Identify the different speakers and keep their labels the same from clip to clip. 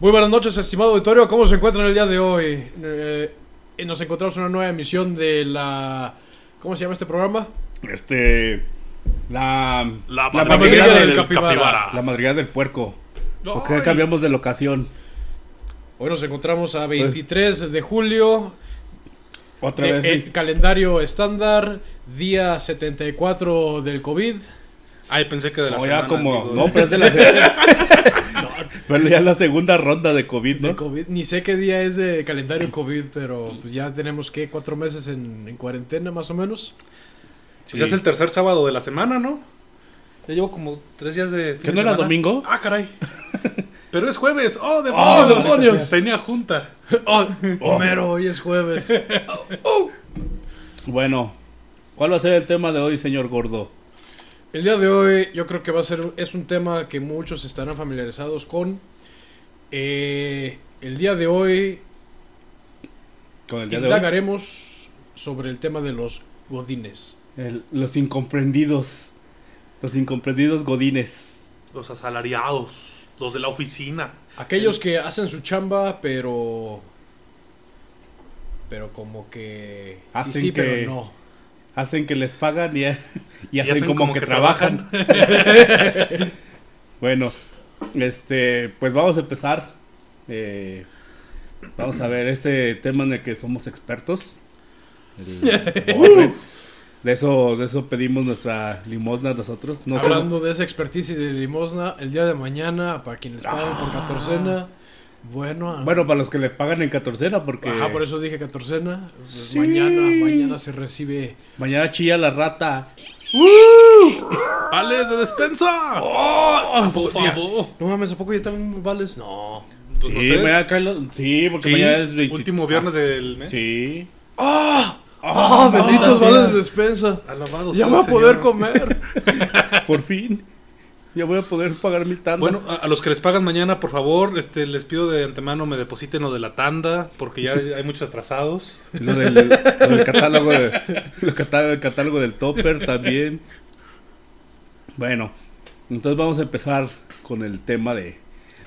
Speaker 1: Muy buenas noches, estimado auditorio. ¿Cómo se encuentran el día de hoy? Eh, nos encontramos en una nueva emisión de la. ¿Cómo se llama este programa?
Speaker 2: Este. La.
Speaker 3: La
Speaker 2: madrigada
Speaker 3: madrigada
Speaker 2: madrigada
Speaker 3: del
Speaker 2: del
Speaker 3: capibara.
Speaker 1: capibara.
Speaker 2: La madrigada del puerco. ¿Por qué
Speaker 1: Ay.
Speaker 2: cambiamos de locación?
Speaker 1: Hoy nos encontramos a 23 de julio,
Speaker 2: Otra
Speaker 1: de-
Speaker 2: vez.
Speaker 1: eh, calendario estándar, día 74 del COVID.
Speaker 3: Ay, pensé que de la
Speaker 2: No,
Speaker 3: semana.
Speaker 2: ya como.
Speaker 3: digo,
Speaker 2: No,
Speaker 3: de-
Speaker 2: pero es de la. Bueno, ya es la segunda ronda de COVID,
Speaker 1: de
Speaker 2: ¿no?
Speaker 1: COVID. Ni sé qué día es de calendario COVID, pero pues, ya tenemos que cuatro meses en, en cuarentena más o menos.
Speaker 3: Pues ya es el tercer sábado de la semana, ¿no? Ya llevo como tres días de.
Speaker 2: ¿Que
Speaker 3: fin
Speaker 2: no
Speaker 3: de
Speaker 2: era
Speaker 3: semana.
Speaker 2: domingo?
Speaker 3: Ah, caray. Pero es jueves. ¡Oh, demonios!
Speaker 1: demonios!
Speaker 3: Tenía junta.
Speaker 2: Oh.
Speaker 1: Homero, hoy es jueves.
Speaker 2: Bueno, ¿cuál va a ser el tema de hoy, señor gordo?
Speaker 1: El día de hoy yo creo que va a ser es un tema que muchos estarán familiarizados con. Eh, el día de hoy
Speaker 2: Con el día de hoy.
Speaker 1: indagaremos sobre el tema de los godines.
Speaker 2: El- los incomprendidos. Los incomprendidos godines.
Speaker 3: Los asalariados. Los de la oficina.
Speaker 1: Aquellos que hacen su chamba, pero pero como que sí,
Speaker 2: Hacen
Speaker 1: sí,
Speaker 2: que-
Speaker 1: pero no.
Speaker 2: Hacen que les pagan y, y
Speaker 3: Y
Speaker 2: hacen como, que, trabajan. Bueno, este, pues vamos a empezar. Eh, vamos a ver este tema en el que somos expertos. El Borretz. de eso, de eso pedimos nuestra limosna nosotros. No sé-
Speaker 1: Hablando de esa expertise y de limosna, el día de mañana, para quienes pagan por catorcena, bueno,
Speaker 2: Ah. bueno, para los que le pagan en catorcena, porque
Speaker 1: ajá, por eso dije catorcena, pues
Speaker 2: Sí.
Speaker 1: mañana, mañana se recibe
Speaker 2: mañana chilla la rata. ¡Oh,
Speaker 3: ¡Pales de despensa! Ah, por favor.
Speaker 1: No mames, ¿a poco ya también vales? No.
Speaker 3: Pues
Speaker 2: sí,
Speaker 3: no sé.
Speaker 2: mañana cae la- sí, porque
Speaker 3: Sí,
Speaker 2: mañana es 20
Speaker 3: último viernes del
Speaker 2: Ah,
Speaker 3: mes.
Speaker 2: sí.
Speaker 1: ¡Ah, benditos
Speaker 2: maldita
Speaker 1: vales
Speaker 2: sea.
Speaker 1: de despensa!
Speaker 3: Alabado
Speaker 1: Ya
Speaker 3: sea
Speaker 1: voy a
Speaker 3: el
Speaker 1: poder
Speaker 3: Señor.
Speaker 1: comer.
Speaker 2: Por fin. Ya voy a poder pagar mi tanda.
Speaker 3: Bueno, a, a los que les pagan mañana, por favor, este, les pido de antemano me depositen lo de la tanda, porque ya hay muchos atrasados.
Speaker 2: Lo del, lo del catálogo, de- lo catá- el catálogo del topper también. Bueno, entonces vamos a empezar con el tema de,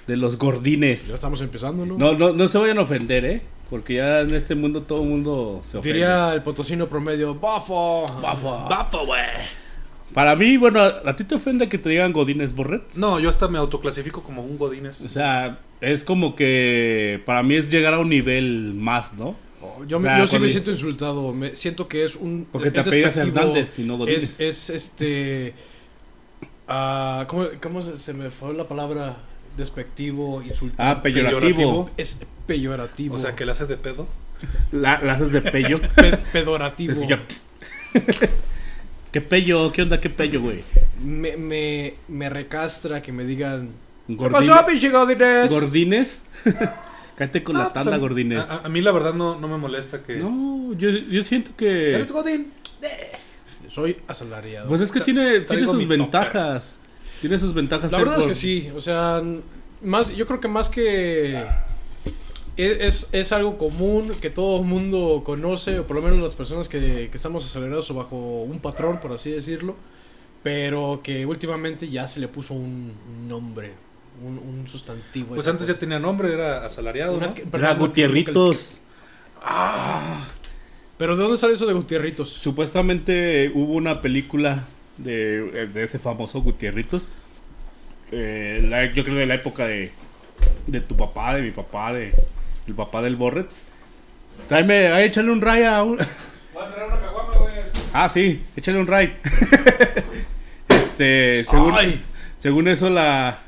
Speaker 2: de los gordines.
Speaker 1: Ya estamos empezando, ¿no?
Speaker 2: No, no, no se vayan a ofender, ¿eh? Porque ya en este mundo todo el mundo se ofende.
Speaker 1: Diría el potosino promedio, ¡bafo!
Speaker 3: ¡Vapo, güey!
Speaker 2: Para mí, bueno, ¿a a ti te ofende que te digan godines borrets?
Speaker 3: No, yo hasta me autoclasifico como un godines.
Speaker 2: O sea, es como que para mí es llegar a un nivel más, ¿no?
Speaker 1: Oh, Yo,
Speaker 2: O
Speaker 1: me-
Speaker 2: sea,
Speaker 1: yo sí
Speaker 2: con
Speaker 1: me
Speaker 2: el-
Speaker 1: siento insultado, me siento que es un...
Speaker 2: Porque te
Speaker 1: es
Speaker 2: apellidas
Speaker 1: despectivo,
Speaker 2: Hernández y no Godínez.
Speaker 1: es, es este... ah, ¿cómo, cómo se, se me fue la palabra? Despectivo,
Speaker 2: Ah,
Speaker 1: insultante.
Speaker 2: peyorativo.
Speaker 3: Peyorativo.
Speaker 1: es peyorativo.
Speaker 3: O sea, que le haces de pedo.
Speaker 2: La, lazos de pello.
Speaker 1: Pe-
Speaker 2: Se
Speaker 1: pedorativo.
Speaker 2: escucha. ¿Qué pello? ¿Qué onda? ¿Qué pello, güey?
Speaker 1: Me, me, me recastra que me digan...
Speaker 2: Gordine-
Speaker 1: pinche Godínez?
Speaker 2: Gordines. Cállate con la
Speaker 3: Ah, pues,
Speaker 2: tanda,
Speaker 3: a-
Speaker 2: Gordines.
Speaker 3: A, a- a mí la verdad no, no me molesta que...
Speaker 2: No, eh. yo, yo siento que.
Speaker 3: ¿Eres godín?
Speaker 1: Soy asalariado.
Speaker 2: Pues es que tiene, tiene
Speaker 3: traigo mi
Speaker 2: sus
Speaker 3: topper.
Speaker 2: ventajas. Tiene sus ventajas.
Speaker 1: la
Speaker 2: ser
Speaker 1: verdad es
Speaker 2: gor-
Speaker 1: que sí, o sea, n- más, yo creo que más que es, es- es algo común que todo el mundo conoce, o por lo menos las personas que, que estamos acelerados o bajo un patrón, por así decirlo, pero que últimamente ya se le puso un nombre, un, un sustantivo. a
Speaker 3: Pues
Speaker 2: ah,
Speaker 1: esa
Speaker 3: antes ya
Speaker 1: cosa.
Speaker 3: tenía nombre, era asalariado,
Speaker 1: Una
Speaker 3: ¿no?
Speaker 1: que-
Speaker 2: Era
Speaker 1: perdón,
Speaker 2: Gutierritos.
Speaker 1: Pero ¿de dónde sale eso de Gutierritos?
Speaker 2: Supuestamente hubo una película de, de ese famoso Gutierritos. Eh, la- yo creo de la época de, de tu papá, de mi papá, de el papá del Borretz. Tráeme, ahí échale un ray a un. Ah, sí, échale un ray. este, según,
Speaker 1: Ay.
Speaker 2: según eso, la.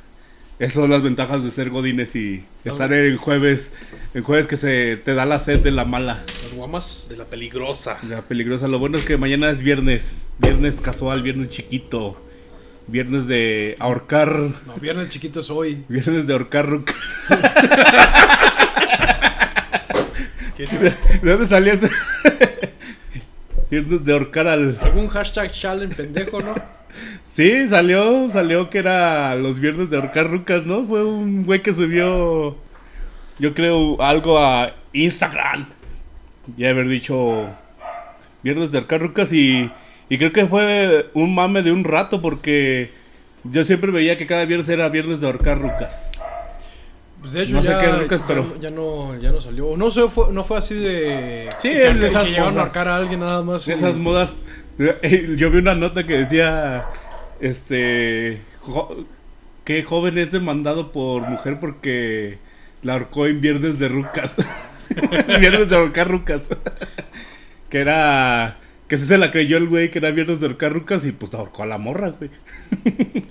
Speaker 2: Esas son las ventajas de ser Godines y estar en jueves. En jueves que se te da la sed de la mala.
Speaker 1: Las guamas.
Speaker 3: De la peligrosa.
Speaker 2: La peligrosa, lo bueno es que mañana es viernes. Viernes casual, viernes chiquito. Viernes de ahorcar.
Speaker 1: No, viernes chiquito es hoy.
Speaker 2: Viernes de ahorcar ruca. ¿De dónde salía ese? viernes de ahorcar al.
Speaker 1: ¿Algún hashtag challenge pendejo, no?
Speaker 2: Sí, salió, salió que era los viernes de ahorcar rucas, ¿no? Fue un güey que subió, yo creo, algo a Instagram. Ya haber dicho viernes de ahorcar rucas y, y creo que fue un mame de un rato porque yo siempre veía que cada viernes era viernes de ahorcar rucas.
Speaker 1: Pues de hecho,
Speaker 2: No sé
Speaker 1: ya,
Speaker 2: qué ricas,
Speaker 1: ya-
Speaker 2: pero-
Speaker 1: ya, no, ya no salió. No, sé, fue, no fue así de.
Speaker 2: Sí,
Speaker 1: que,
Speaker 2: es de
Speaker 1: que
Speaker 2: esas
Speaker 1: llegaron a
Speaker 2: modas.
Speaker 1: marcar a alguien nada más.
Speaker 2: De
Speaker 1: y-
Speaker 2: esas modas. eh, Yo vi una nota que decía. Este. jo- que joven es demandado por mujer porque la ahorcó en viernes de rucas. viernes de ahorcar rucas. que era. Que sí se la creyó el güey que era viernes de ahorcar rucas y pues ahorcó a la morra, güey.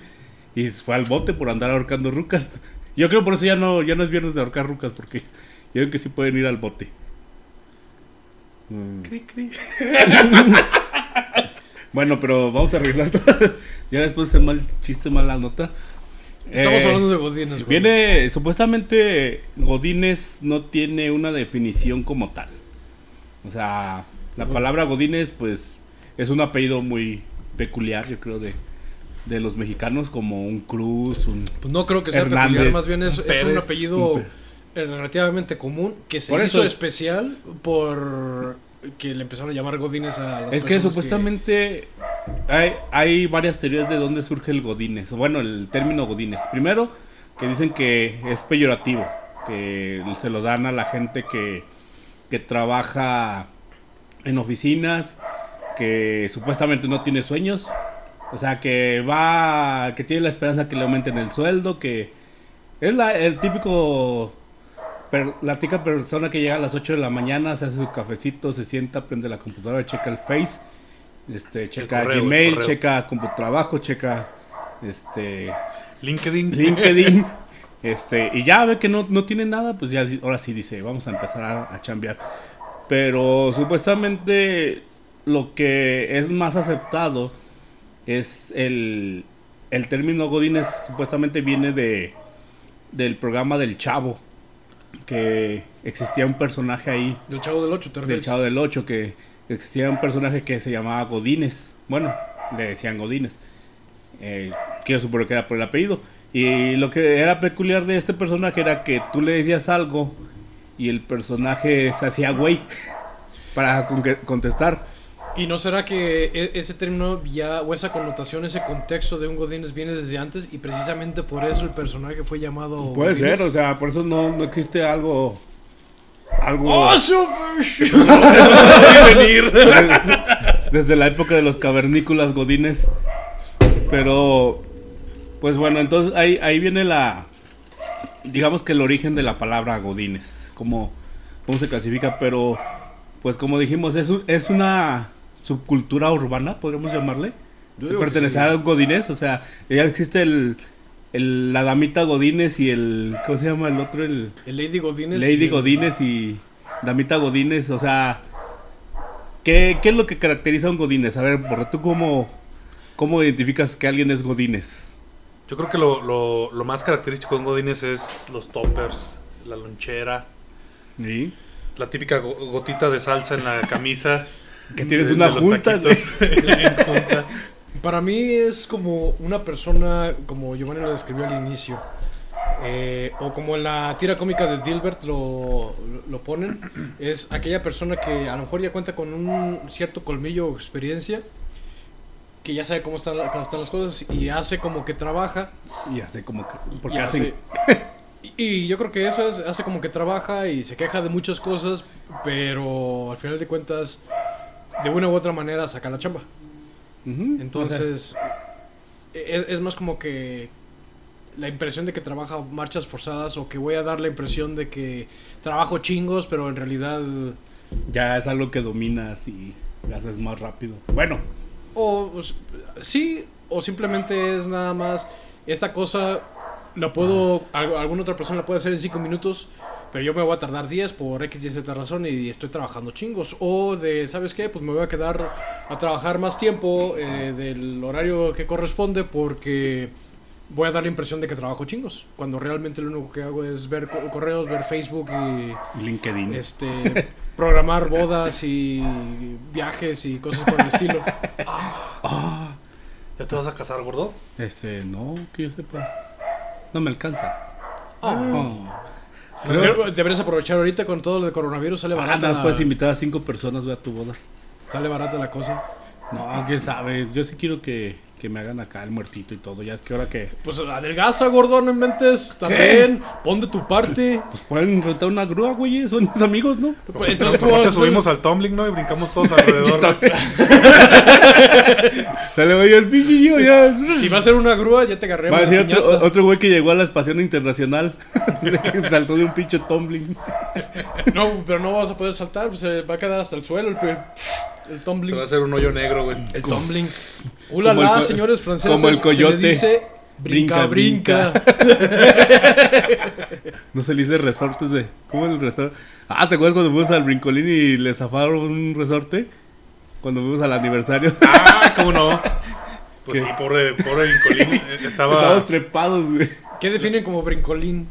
Speaker 2: y fue al bote por andar ahorcando rucas. Yo creo por eso ya no, ya no es viernes de ahorcar rucas porque yo creo que sí pueden ir al bote. Mm.
Speaker 3: Cri, cri.
Speaker 2: Bueno, pero vamos a arreglar todo. ya después de ese mal chiste, mala nota.
Speaker 1: Estamos
Speaker 2: Eh,
Speaker 1: hablando de godines, güey.
Speaker 2: Viene, supuestamente, Godines no tiene una definición como tal. O sea, la palabra Godines, pues, es un apellido muy peculiar, yo creo, de, de los mexicanos, como un Cruz, un...
Speaker 1: Pues no creo que sea
Speaker 2: Hernández,
Speaker 1: peculiar, más bien es,
Speaker 3: un
Speaker 1: es un
Speaker 3: Pérez,
Speaker 1: apellido
Speaker 2: un
Speaker 1: eh, relativamente común que se
Speaker 2: Por
Speaker 1: hizo
Speaker 2: eso-
Speaker 1: especial por que le empezaron a llamar godines a las
Speaker 2: Es que
Speaker 1: personas
Speaker 2: supuestamente Hay, hay varias teorías de dónde surge el Godínez, o bueno, el término Godínez. Primero, que dicen que es peyorativo, que se lo dan a la gente que, que trabaja en oficinas, que supuestamente no tiene sueños, o sea, que va, que tiene la esperanza que le aumenten el sueldo, que es la, el típico, per- la típica persona que llega a las 8 de la mañana, se hace su cafecito, se sienta, prende la computadora, checa el Face, este, checa
Speaker 3: correo, el
Speaker 2: Gmail,
Speaker 3: correo.
Speaker 2: checa Computrabajo, checa este,
Speaker 3: LinkedIn.
Speaker 2: LinkedIn. Este, y ya ve que no, no tiene nada, pues ya di- ahora sí dice, vamos a empezar a, a chambear. Pero supuestamente lo que es más aceptado es el, el término Godínez, supuestamente viene de, del programa del Chavo, que existía un personaje ahí
Speaker 1: que- del chavo del 8, te
Speaker 2: del
Speaker 1: refieres?
Speaker 2: Chavo del 8 que existía un personaje que se llamaba Godínez. Bueno, le decían Godínez. Eh, que yo supongo que era por el apellido. Y lo que era peculiar de este personaje era que tú le decías algo y el personaje se hacía güey para con- contestar.
Speaker 1: ¿Y no será que e- ese término ya, o esa connotación, ese contexto de un godines viene desde antes y precisamente por eso el personaje fue llamado
Speaker 2: Puede
Speaker 1: godines?
Speaker 2: ser, o sea, por eso no, no existe algo. Algo.
Speaker 1: ¡Oh, super!
Speaker 2: Desde la época de los cavernícolas godines. Pero, pues bueno, entonces ahí, ahí viene la, digamos que el origen de la palabra godines, cómo, cómo se clasifica, pero pues como dijimos, es, un- es una subcultura urbana, podríamos llamarle.
Speaker 1: Yo
Speaker 2: Se
Speaker 1: digo que sí.
Speaker 2: pertenece a godines, o sea, ya existe el, el- la damita godines y el, ¿cómo se llama el otro? El...
Speaker 1: El Lady Godines.
Speaker 2: Lady Godínez y Damita Godínez, o sea, ¿qué, qué es lo que caracteriza a un Godínez? A ver, Borre, ¿tú cómo, cómo identificas que alguien es Godínez?
Speaker 3: Yo creo que lo, lo- lo más característico de un Godines es los toppers, la lonchera,
Speaker 2: ¿Sí?
Speaker 3: la típica go- gotita de salsa en la camisa.
Speaker 2: Que tienes
Speaker 3: de-
Speaker 2: una
Speaker 3: de los
Speaker 2: junta,
Speaker 3: taquitos. En junta.
Speaker 1: Para mí es como una persona, como Giovanni lo describió al inicio, eh, o como en la tira cómica de Dilbert lo, lo ponen, es aquella persona que a lo mejor ya cuenta con un cierto colmillo o experiencia, que ya sabe cómo están, la- cómo están las cosas y hace como que trabaja.
Speaker 2: Y hace como que... Porque
Speaker 1: y,
Speaker 2: hacen...
Speaker 1: hace- y- y yo creo que eso es, hace como que trabaja y se queja de muchas cosas, pero al final de cuentas, de una u otra manera saca la chamba.
Speaker 2: Ujú, o sea,
Speaker 1: Entonces, e- es, es más como que la impresión de que trabaja marchas forzadas o que voy a dar la impresión de que trabajo chingos, pero en realidad...
Speaker 2: ya es algo que dominas y haces más rápido. Bueno,
Speaker 1: O pues, sí, o simplemente es nada más esta cosa... La puedo, al- alguna otra persona la puede hacer en 5 minutos, pero yo me voy a tardar 10 por X y Z razón y estoy trabajando chingos. O de, ¿sabes qué? Pues me voy a quedar a trabajar más tiempo eh, del horario que corresponde porque voy a dar la impresión de que trabajo chingos. Cuando realmente lo único que hago es ver co- correos, ver Facebook y
Speaker 2: LinkedIn.
Speaker 1: este programar bodas y viajes y cosas por el estilo.
Speaker 2: Ah,
Speaker 3: ¿Ya te vas a casar, gordo?
Speaker 2: este, no, que yo sepa. No me alcanza.
Speaker 1: Ah.
Speaker 2: Oh.
Speaker 1: Pero deberías aprovechar ahorita con todo el coronavirus, sale
Speaker 2: Ah,
Speaker 1: barata,
Speaker 2: nada más puedes
Speaker 1: la,
Speaker 2: invitar a cinco personas güey, a tu boda.
Speaker 1: sale barata la cosa.
Speaker 2: No, quién sabe. Yo sí quiero que, Que me hagan acá el muertito y todo. Ya es que ahora que.
Speaker 1: Pues adelgaza, gordo, no inventes. También, pon de tu parte.
Speaker 2: Pues pueden rentar una grúa, güey. eh, Son mis amigos, ¿no?
Speaker 1: Pues, entonces, ¿cómo
Speaker 3: Ahorita
Speaker 1: vas a hacer?
Speaker 3: subimos al tumbling, ¿no? Y brincamos todos alrededor.
Speaker 2: Sale, güey, el pinche Gio, ya.
Speaker 1: Si va a ser una grúa, ya te agarré.
Speaker 2: Va a
Speaker 1: una
Speaker 2: decir otro,
Speaker 1: piñata.
Speaker 2: otro güey que llegó a la Espación Internacional. Saltó de un pinche tumbling.
Speaker 1: No, pero no vas a poder saltar, pues se va a quedar hasta el suelo el, pe- el
Speaker 3: Se
Speaker 1: tumbling.
Speaker 3: va a hacer un hoyo negro, güey.
Speaker 1: El tumbling. Ula
Speaker 2: Como el co-
Speaker 1: la, señores franceses.
Speaker 2: como el
Speaker 1: Se le
Speaker 2: coyote.
Speaker 1: dice brinca,
Speaker 2: Brinca,
Speaker 1: brinca.
Speaker 2: No se le dice resortes de. ¿Cómo es el resorte? Ah, ¿te acuerdas cuando fuimos al brincolín y le zafaron un resorte? Cuando fuimos al aniversario.
Speaker 3: Ah, ¿cómo no? Pues sí, pobre, pobre Lincoln. Estaba.
Speaker 2: Estábamos trepados, güey.
Speaker 1: ¿Qué definen como brincolín?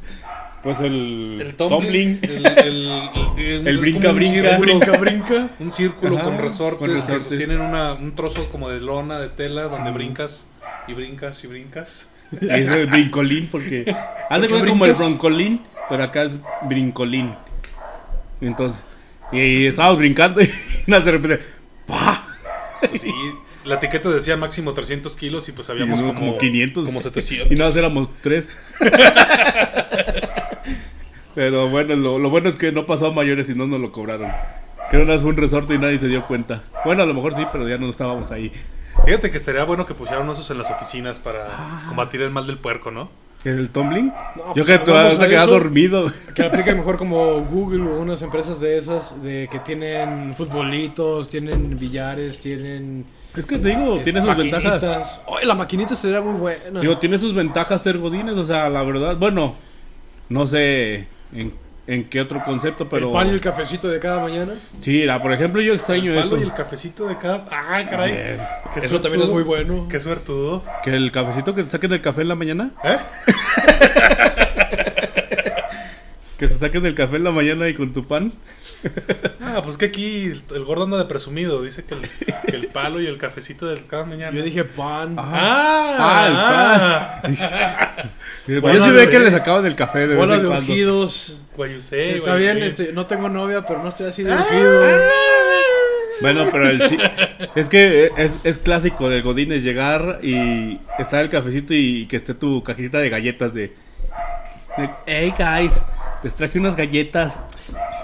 Speaker 2: Pues el.
Speaker 3: El tumbling. El, el- el-
Speaker 2: El
Speaker 3: es
Speaker 2: brinca,
Speaker 3: como un
Speaker 2: brinca.
Speaker 3: círculo-
Speaker 2: Brinca,
Speaker 1: brinca.
Speaker 3: Un círculo
Speaker 2: Ajá,
Speaker 3: con resortes,
Speaker 2: con resortes.
Speaker 3: que sostienen una, un trozo como de lona, de tela, donde brincas y brincas y brincas.
Speaker 2: Le dice el brincolín porque. Haz
Speaker 1: Porque
Speaker 2: de cuenta como el
Speaker 1: brincas.
Speaker 2: broncolín, pero acá es brincolín. Entonces. Y, y estábamos brincando y de repente. ¡Pah!
Speaker 3: Pues sí, la etiqueta decía máximo 300 kilos y pues
Speaker 2: Y
Speaker 3: habíamos
Speaker 2: luego
Speaker 3: como,
Speaker 2: como, 500.
Speaker 3: Como
Speaker 2: Y
Speaker 3: 700.
Speaker 2: nada, más éramos tres. Pero bueno, lo, lo bueno es que no pasó a mayores y no nos lo cobraron. Creo que nada más fue un resorte y nadie se dio cuenta. Bueno, a lo mejor sí, pero ya no estábamos ahí.
Speaker 3: Fíjate que estaría bueno que pusieran esos en las oficinas
Speaker 2: Ah.
Speaker 3: para combatir el mal del puerco, ¿no?
Speaker 2: ¿El tumbling?
Speaker 1: No, pues,
Speaker 2: Yo que te
Speaker 1: hagamos
Speaker 2: vas a
Speaker 1: a
Speaker 2: quedar
Speaker 1: eso.
Speaker 2: dormido.
Speaker 1: Que aplique mejor como Google o unas empresas de esas, de que tienen futbolitos, tienen billares, tienen... este,
Speaker 2: Es que te digo, Oh, tiene sus
Speaker 1: maquinitas.
Speaker 2: ventajas.
Speaker 1: Ay, la maquinita sería muy buena.
Speaker 2: Digo, tiene sus ventajas ser godines, o sea, la verdad, bueno, no sé en, en qué otro concepto, pero...
Speaker 1: El pan y el cafecito de cada mañana.
Speaker 2: Sí, la- por ejemplo, yo extraño
Speaker 3: El palo
Speaker 2: eso.
Speaker 3: y el cafecito de cada. ¡Ah, caray!
Speaker 2: Bien.
Speaker 3: Qué
Speaker 1: Eso también
Speaker 3: suertudo.
Speaker 1: es muy bueno.
Speaker 3: Qué suertudo.
Speaker 2: Que el cafecito que te saquen del café en la mañana.
Speaker 3: ¿Eh?
Speaker 2: Que te saquen del café en la mañana y con tu pan.
Speaker 3: Ah, pues que aquí el el gordo anda de presumido. Dice que el, que el palo y el cafecito de cada mañana.
Speaker 1: Yo dije pan.
Speaker 2: Ah,
Speaker 3: el pan.
Speaker 2: Yo
Speaker 3: Bueno,
Speaker 2: sí veía
Speaker 3: de-
Speaker 2: que le sacaban del café de vez
Speaker 1: Bola
Speaker 2: en
Speaker 1: de
Speaker 2: cuando.
Speaker 1: ungidos.
Speaker 3: Guayusé,
Speaker 1: Está bien,
Speaker 3: guayusé.
Speaker 1: este, no tengo novia, pero no estoy así de
Speaker 2: Ah,
Speaker 1: ungido.
Speaker 2: Bueno, pero el sí- es que es, es clásico del Godínez llegar y estar el cafecito y que esté tu cajita de galletas de, de, hey guys, les traje unas galletas.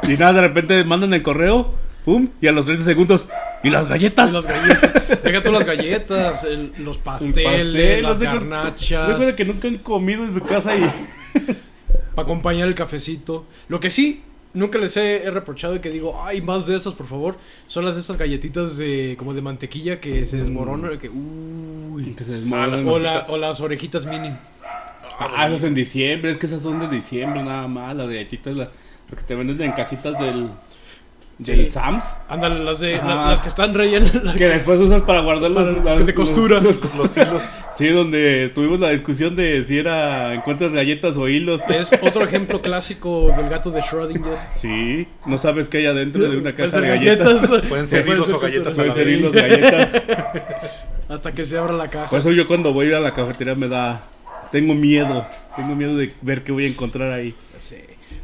Speaker 2: Y nada, de repente mandan el correo, pum, y a los 30 segundos, ¿y las galletas?
Speaker 1: Y Las galletas. Deja tú las galletas, el- los
Speaker 2: El
Speaker 1: pasteles,
Speaker 2: pastel,
Speaker 1: las
Speaker 2: no sé,
Speaker 1: garnachas.
Speaker 2: Yo creo que nunca han comido en su casa y
Speaker 1: Para acompañar el cafecito. Lo que sí, nunca les he, he reprochado y que digo, ay, más de esas, por favor. Son las de estas galletitas de como de mantequilla que se desmoronan. Que, uy.
Speaker 2: que se desmoronan.
Speaker 3: Mm. Ah, las
Speaker 1: O, la-
Speaker 3: mastitas.
Speaker 1: o las orejitas mini.
Speaker 2: Ah, esas en diciembre, es que esas son de diciembre nada más, las galletitas, la- las que te venden en cajitas del, del
Speaker 1: Sí.
Speaker 2: Sams.
Speaker 1: Ándale, las de la-
Speaker 2: Ajá.
Speaker 3: Ah.
Speaker 1: las que están rellenas. las
Speaker 2: Que después usas para guardar los,
Speaker 1: Para-
Speaker 2: las-
Speaker 1: de costura.
Speaker 2: los- los-
Speaker 3: Los hilos.
Speaker 2: sí, donde tuvimos la discusión de si era encuentras galletas o hilos.
Speaker 1: Es otro ejemplo clásico del gato de Schrödinger.
Speaker 2: Sí, no sabes qué hay adentro de una
Speaker 1: Pueden
Speaker 2: caja
Speaker 1: ser
Speaker 2: de galletas.
Speaker 3: Pueden ser
Speaker 1: Pueden
Speaker 3: hilos
Speaker 1: ser
Speaker 3: o galletas. a
Speaker 2: Pueden
Speaker 3: la
Speaker 2: ser
Speaker 3: vez. Pues-
Speaker 2: hilos, galletas.
Speaker 1: Hasta que se abra la caja.
Speaker 2: Por eso yo cuando voy a ir a la cafetería me da, tengo miedo, tengo miedo de ver qué voy a encontrar ahí.
Speaker 1: Sí.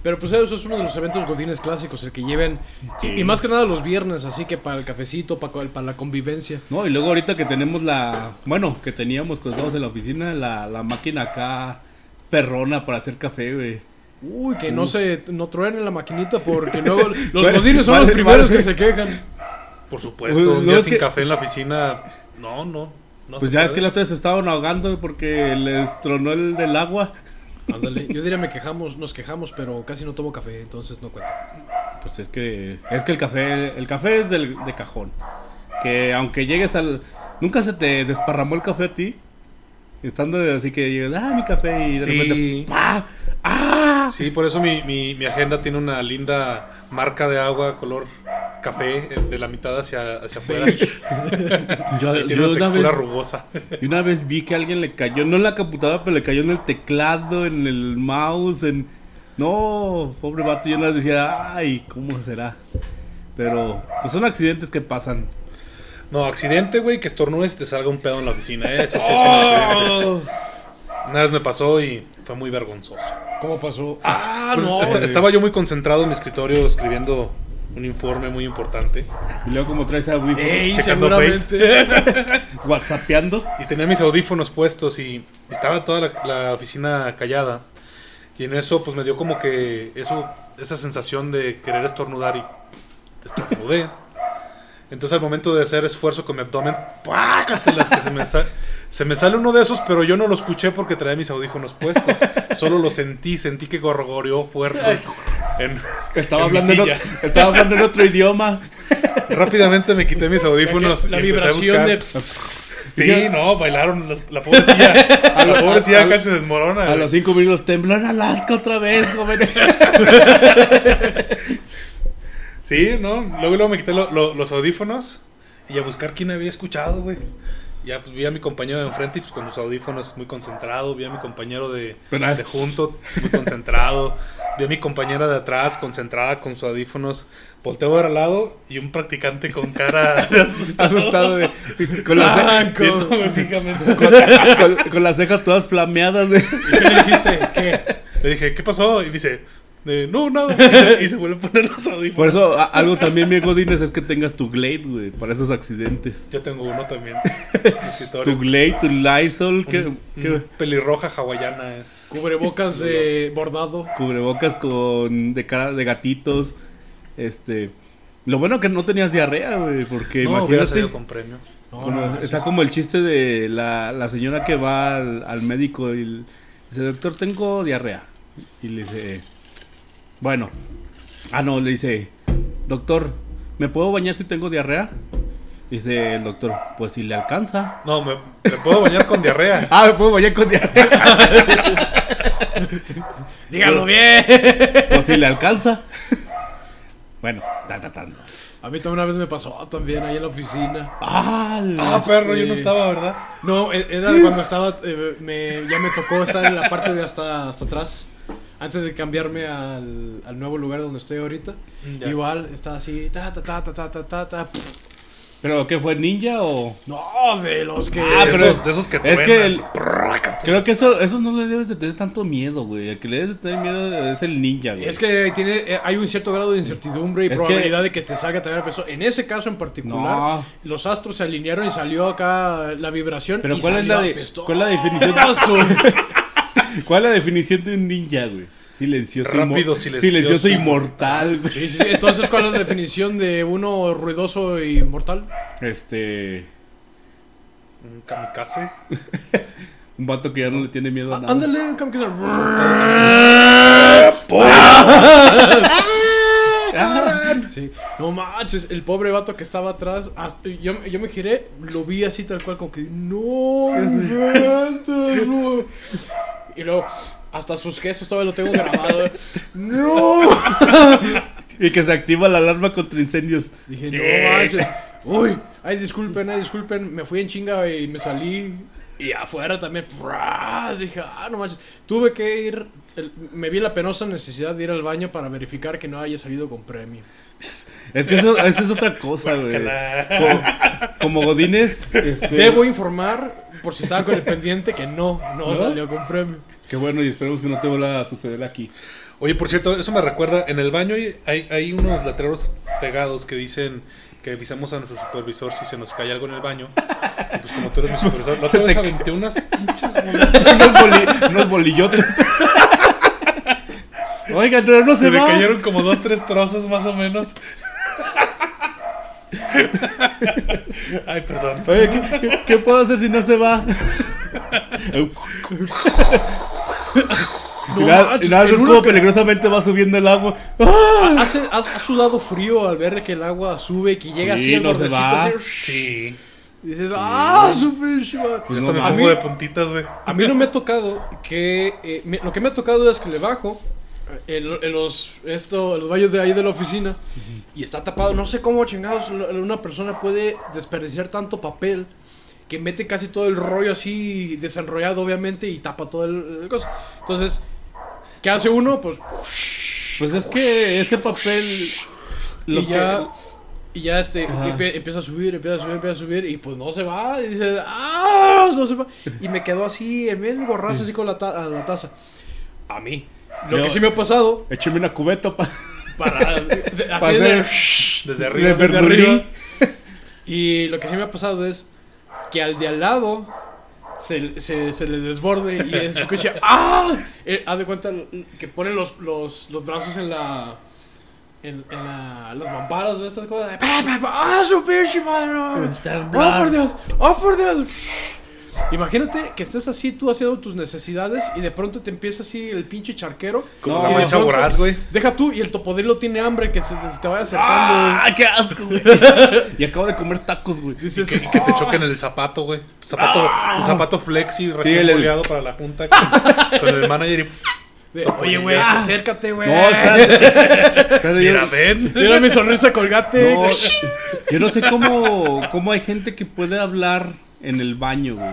Speaker 1: Pero pues eso es uno de los eventos godines clásicos, el que lleven.
Speaker 2: Sí.
Speaker 1: Y, y más que nada los viernes, así que para el cafecito, para, para la convivencia.
Speaker 2: No, y luego ahorita que tenemos la, bueno, que teníamos contados en la oficina, la, la máquina acá perrona para hacer café, güey.
Speaker 1: Uy, que no se no truene la maquinita porque luego los
Speaker 2: Vale,
Speaker 1: godines son
Speaker 2: vale,
Speaker 1: los primeros
Speaker 2: vale.
Speaker 1: que se quejan.
Speaker 3: Por supuesto,
Speaker 2: Pues,
Speaker 3: un
Speaker 2: no,
Speaker 3: día
Speaker 2: es
Speaker 3: sin
Speaker 2: que-
Speaker 3: café en la oficina. No, no. no
Speaker 2: Pues
Speaker 3: se
Speaker 2: ya es que
Speaker 3: puede.
Speaker 2: las tres se estaban ahogando porque les tronó el del agua.
Speaker 1: Ándale, yo diría me quejamos, nos quejamos, pero casi no tomo café, entonces no cuenta.
Speaker 2: Pues es que es que el café el café es del, de cajón. Que aunque llegues al nunca se te desparramó el café a ti estando de- así que llegas, ah, mi café y de
Speaker 3: Sí.
Speaker 2: repente ¡pah! ¡Ah!
Speaker 3: Sí, por eso mi, mi, mi agenda tiene una linda marca de agua color café eh, de la mitad hacia, hacia afuera.
Speaker 2: Yo,
Speaker 3: Y tiene
Speaker 2: yo
Speaker 3: una
Speaker 2: una
Speaker 3: textura
Speaker 2: vez,
Speaker 3: rugosa.
Speaker 2: y una vez vi que a alguien le cayó, no en la computadora, pero le cayó en el teclado, en el mouse, en no, pobre vato, yo no decía, ay, ¿cómo será? Pero pues son accidentes que pasan.
Speaker 3: No, accidente, güey, que estornudes y te salga un pedo en la oficina. eh, Eso sí es un
Speaker 2: Oh.
Speaker 3: accidente. Una vez me pasó y fue muy vergonzoso.
Speaker 1: ¿Cómo pasó? Ah,
Speaker 3: Pues,
Speaker 1: no.
Speaker 3: est-
Speaker 1: güey.
Speaker 3: estaba yo muy concentrado en mi escritorio escribiendo un informe muy importante.
Speaker 2: Y luego como traes a Wi-Fi
Speaker 1: Ey,
Speaker 3: Checando
Speaker 1: seguramente.
Speaker 2: whatsappeando.
Speaker 3: Y tenía mis audífonos puestos y estaba toda la, la oficina callada. Y en eso, pues me dio como que eso, esa sensación de querer estornudar y estornudé. Entonces, al momento de hacer esfuerzo con mi abdomen, ¡pácatelas! Que se me, sa- se me sale uno de esos, pero yo no lo escuché porque traía mis audífonos puestos. Solo lo sentí, sentí que gorgoreó fuerte. En-
Speaker 2: Estaba
Speaker 3: en mi
Speaker 2: hablando, en
Speaker 3: silla.
Speaker 2: otro, estaba hablando en otro idioma.
Speaker 3: Rápidamente me quité mis audífonos.
Speaker 1: La
Speaker 3: y empecé a
Speaker 1: vibración
Speaker 3: buscar.
Speaker 1: de.
Speaker 3: Sí, no, bailaron la, la pobrecilla. A la pobrecilla
Speaker 2: a-
Speaker 3: casi se desmorona.
Speaker 2: A
Speaker 3: güey.
Speaker 2: los cinco minutos tembló en Alaska otra vez, joven.
Speaker 3: Sí, ¿no? Luego, luego me quité lo- lo- los audífonos y a buscar quién había escuchado, güey. Ya pues vi a mi compañero de enfrente y pues con los audífonos muy concentrado, vi a mi compañero de,
Speaker 2: Pero-
Speaker 3: de junto muy concentrado, vi a mi compañera de atrás concentrada con sus audífonos, volteo a ver al lado y un practicante con cara de asustado,
Speaker 2: Asustado de, con, las, ce-
Speaker 1: Blanco.
Speaker 3: viéndome fijamente.
Speaker 2: con, con- con las cejas todas flameadas. de-
Speaker 1: ¿Y qué le dijiste? ¿Qué?
Speaker 3: Le dije, ¿qué pasó? Y me dice, eh, no, nada. Y se vuelve a poner los audífonos.
Speaker 2: Por eso, a- algo también bien godines es que tengas tu Glade, güey, para esos accidentes.
Speaker 3: Yo tengo uno también. en mi escritorio.
Speaker 2: Tu Glade, tu Lysol, ¿qué,
Speaker 3: Un- un
Speaker 2: qué
Speaker 3: pelirroja hawaiana es.
Speaker 1: Cubrebocas de bordado.
Speaker 2: cubrebocas con de cara de gatitos. Este, lo bueno que no tenías diarrea, güey, porque
Speaker 3: No, hubiera
Speaker 2: imagínate
Speaker 3: salido con premio.
Speaker 1: No,
Speaker 2: Como-
Speaker 1: no, no,
Speaker 2: está
Speaker 1: sí,
Speaker 2: como el chiste de la, la señora que va al, al médico y l- dice, doctor, tengo diarrea. Y le dice, bueno, ah, no, le dice, doctor, ¿me puedo bañar si tengo diarrea? Dice el doctor, pues si le alcanza.
Speaker 3: No, me, me puedo bañar con diarrea.
Speaker 2: Ah, me puedo bañar con diarrea.
Speaker 1: Dígalo bien.
Speaker 2: pues si le alcanza. bueno, ta, ta, ta.
Speaker 1: A mí también una vez me pasó también ahí en la oficina.
Speaker 2: Ah,
Speaker 3: Ah,
Speaker 1: Este-
Speaker 3: perro, yo no estaba, ¿verdad?
Speaker 1: No, e- era cuando estaba. eh, me, ya me tocó estar en la parte de hasta, hasta atrás. Antes de cambiarme al, al nuevo lugar donde estoy ahorita.
Speaker 3: Ya.
Speaker 1: Igual, estaba así. Ta, ta, ta, ta, ta, ta, ta, ta. pf.
Speaker 2: ¿Pero qué fue ninja o...?
Speaker 1: No, de los que.
Speaker 2: Ah,
Speaker 3: de,
Speaker 2: pero
Speaker 3: esos, de esos que
Speaker 2: Es
Speaker 3: truenan.
Speaker 2: que el- creo que eso, eso no le debes de tener tanto miedo, güey. El que le debes de tener miedo es el ninja, güey.
Speaker 1: Es que tiene, eh, hay un cierto grado de incertidumbre y
Speaker 2: Es que-
Speaker 1: probabilidad de que te salga también la persona. En ese caso en particular,
Speaker 2: No.
Speaker 1: los astros se alinearon y salió acá la vibración.
Speaker 2: Pero
Speaker 1: y
Speaker 2: ¿cuál es
Speaker 1: salió
Speaker 2: la de-
Speaker 1: apestoso.
Speaker 2: cuál es la definición? ¿Cuál es la definición de un ninja, güey? Silencioso. inmo-
Speaker 3: Rápido, silencioso,
Speaker 2: Silencioso inmortal, güey.
Speaker 1: Sí, sí, sí. Entonces, ¿cuál es la definición de uno ruidoso y mortal?
Speaker 2: Este.
Speaker 3: Un kamikaze.
Speaker 2: Un vato que ya no le tiene miedo a nada.
Speaker 1: Ah, Ándale, como que se- Sí. No manches, el pobre vato que estaba atrás, hasta- yo, yo me giré, lo vi así tal cual, como que no, inventes, no". Y luego, hasta sus gestos todavía lo tengo grabado. ¿eh? ¡No!
Speaker 2: Y que se activa la alarma contra incendios.
Speaker 1: Dije, no manches. Uy, ay, disculpen, ay, disculpen. Me fui en chinga y me salí. Y afuera también. ¡pras! Dije, ah, no manches. Tuve que ir. el- me vi la penosa necesidad de ir al baño para verificar que no haya salido con premio.
Speaker 2: Es que eso, eso es otra cosa, güey. Como, como Godines. Este,
Speaker 1: Debo informar, por si estaba con el pendiente, que no, no,
Speaker 2: ¿No?
Speaker 1: salió con premio.
Speaker 2: Qué bueno, y esperemos que no te vuelva a suceder aquí.
Speaker 3: Oye, por cierto, eso me recuerda, en el baño hay, hay, hay unos letreros pegados que dicen que avisamos a nuestro supervisor si se nos cae algo en el baño. Y Pues como tú eres mi supervisor, la
Speaker 2: se
Speaker 3: otra vez
Speaker 2: te-
Speaker 3: aventé unas pinches
Speaker 2: unos, boli- unos bolillotes. Oigan, no, no se,
Speaker 3: Se me
Speaker 2: va.
Speaker 3: cayeron como dos, tres trozos más o menos. Ay, perdón.
Speaker 2: Oye, ¿qué- ¿qué, qué puedo hacer si no se va? Y nada, y
Speaker 1: manches,
Speaker 2: nada,
Speaker 1: el
Speaker 2: ves
Speaker 1: uno
Speaker 2: cómo
Speaker 1: que-
Speaker 2: peligrosamente va subiendo el agua. ¡Ah!
Speaker 1: ¿Has, has- has sudado frío al ver que el agua sube y que llega
Speaker 2: Sí,
Speaker 1: así al
Speaker 2: no se
Speaker 1: bordecito?
Speaker 2: va.
Speaker 1: así?
Speaker 3: Sí.
Speaker 1: dices, ah, su pinche madre".
Speaker 2: Pues no
Speaker 3: Hasta me
Speaker 2: mames.
Speaker 3: pongo de puntitas, güey.
Speaker 1: A mí no me ha tocado que. eh, me- lo que me ha tocado es que le bajo eh, en, lo- en los esto en los baños de ahí de la oficina y está tapado. No sé cómo chingados lo- una persona puede desperdiciar tanto papel que mete casi todo el rollo así desenrollado, obviamente, y tapa todo el, el cosa. Entonces, ¿qué hace uno? Pues.
Speaker 2: Pues es que este papel. Lo
Speaker 1: y
Speaker 2: que-
Speaker 1: ya. Y ya este,
Speaker 2: Ajá.
Speaker 1: empie- empieza a subir, empieza a subir, empieza a subir, y pues no se va. Y dice, ¡ah! No se va. Y me quedó así, en medio borrazo, así con la, ta- a la taza. A mí. Lo
Speaker 2: Yo-
Speaker 1: que sí me ha pasado
Speaker 2: Écheme una cubeta pa-
Speaker 1: Para, de- así
Speaker 2: Para
Speaker 1: de-
Speaker 2: hacer-
Speaker 3: Desde arriba.
Speaker 2: De verdurí.
Speaker 1: arriba. Y lo que sí me ha pasado es que al de al lado se, se, se le desborde y se escucha ¡Ah! Eh, haz de cuenta que pone los, los, los brazos en la. En, en la, las mamparas o estas cosas. ¡Pa, pa, pa! ¡Ah, su pinche madre! ¡Oh, por Dios! ¡Oh, por Dios! Imagínate que estés así tú haciendo tus necesidades y de pronto te empieza así el pinche charquero.
Speaker 3: Como
Speaker 2: No,
Speaker 3: la
Speaker 2: y de
Speaker 3: mancha
Speaker 1: pronto-
Speaker 3: voraz, güey.
Speaker 1: Deja tú y el topodrilo tiene hambre que se, se te vaya acercando.
Speaker 2: ¡Ah, qué asco, güey! y acabo de comer tacos, güey.
Speaker 1: Dices,
Speaker 3: Que, que te choquen el zapato, güey. Tu zapato, un zapato flexi recién
Speaker 2: el-
Speaker 3: boleado para la junta con, con el manager y.
Speaker 1: De, Oye, güey,
Speaker 2: Ah.
Speaker 1: acércate, güey.
Speaker 2: No, espérate. Espérate, yo-
Speaker 3: Mira, ven.
Speaker 1: Mira mi sonrisa colgate.
Speaker 2: No, eh, yo no sé cómo, cómo hay gente que puede hablar en el baño, güey.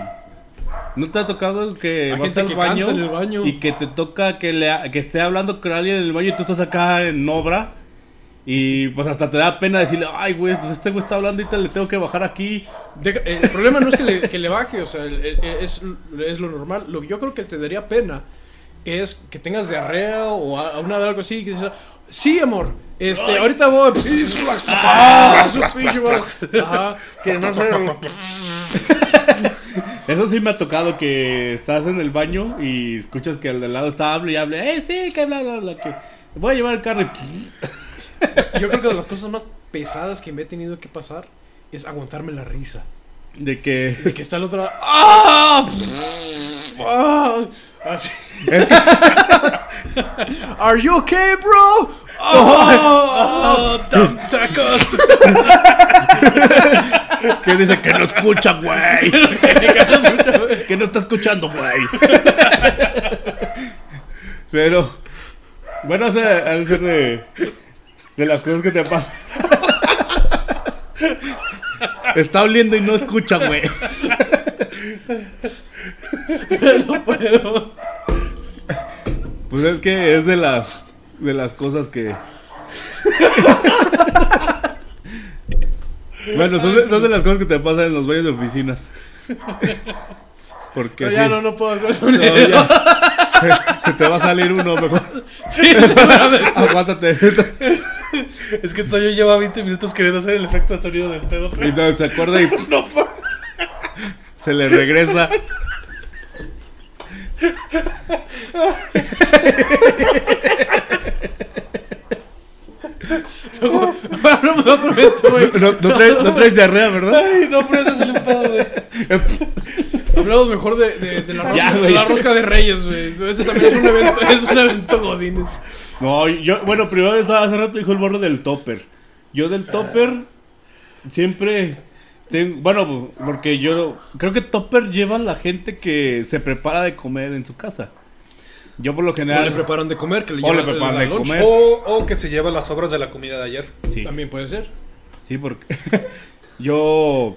Speaker 2: ¿No te ha tocado que
Speaker 1: Hay
Speaker 2: vas
Speaker 1: gente
Speaker 2: al
Speaker 1: que
Speaker 2: baño,
Speaker 1: canta en el baño.
Speaker 2: y que te toca que, le, que esté hablando con alguien en el baño y tú estás acá en obra? Y pues hasta te da pena decirle, ay, güey, pues este güey está hablando y le tengo que bajar aquí.
Speaker 1: Deja- el problema no es que le, que le baje, o sea, el- el- es, es lo normal. Lo que yo creo que te daría pena es que tengas diarrea o a, a una de algo así. Que dices, sí, amor, este, ahorita voy. Ah, Ajá, que no sé.
Speaker 2: Eso sí me ha tocado que estás en el baño y escuchas que el de al lado está hablando y habla, eh, sí, que bla, bla, bla, que voy a llevar el carro y...
Speaker 1: Yo creo que de las cosas más pesadas que me he tenido que pasar es aguantarme la risa.
Speaker 2: De que...
Speaker 1: De que está el otro lado. ¡Ah! ¡Ah! Así. Are you okay, bro? ¡Ah!
Speaker 3: tacos!
Speaker 2: Que dice que no escucha, güey. que no está escuchando, güey. Pero, bueno, o sea, ha de ser de, de las cosas que te pasan. Está oliendo y no escucha, güey. Pues es que es de las de las cosas que bueno, son de, son de las cosas que te pasan en los baños de oficinas. Porque
Speaker 1: No, ya
Speaker 2: sí.
Speaker 1: no, no puedo hacer eso.
Speaker 2: No, ya. Se- se te va a salir uno, mejor.
Speaker 1: Sí,
Speaker 2: Aguántate.
Speaker 3: es que todavía lleva 20 minutos queriendo hacer el efecto de sonido del pedo,
Speaker 2: Y
Speaker 3: pero.
Speaker 2: no, se acuerda y
Speaker 3: No, pa-
Speaker 2: se le regresa.
Speaker 1: hablamos de otro evento, güey.
Speaker 2: No, no traes, no traes diarrea, ¿verdad?
Speaker 3: Ay, no, pero eso es el pedo, güey.
Speaker 1: Hablamos mejor de, de- de la, rosca,
Speaker 2: Ya,
Speaker 1: de
Speaker 2: güey.
Speaker 1: la rosca de Reyes, güey. Ese también es un evento, es un evento Godines.
Speaker 2: No, yo, bueno, primero estaba hace rato dijo el borro del topper. Yo del topper siempre tengo, bueno, porque yo creo que topper lleva la gente que se prepara de comer en su casa. Yo por lo
Speaker 1: O le
Speaker 2: general
Speaker 1: preparan de comer, que le
Speaker 2: O le
Speaker 1: llevan el-
Speaker 2: preparan
Speaker 1: la
Speaker 2: de
Speaker 1: lunch.
Speaker 2: comer.
Speaker 3: O, o que se lleva las obras de la comida de ayer.
Speaker 2: sí,
Speaker 1: También puede ser.
Speaker 2: sí, porque yo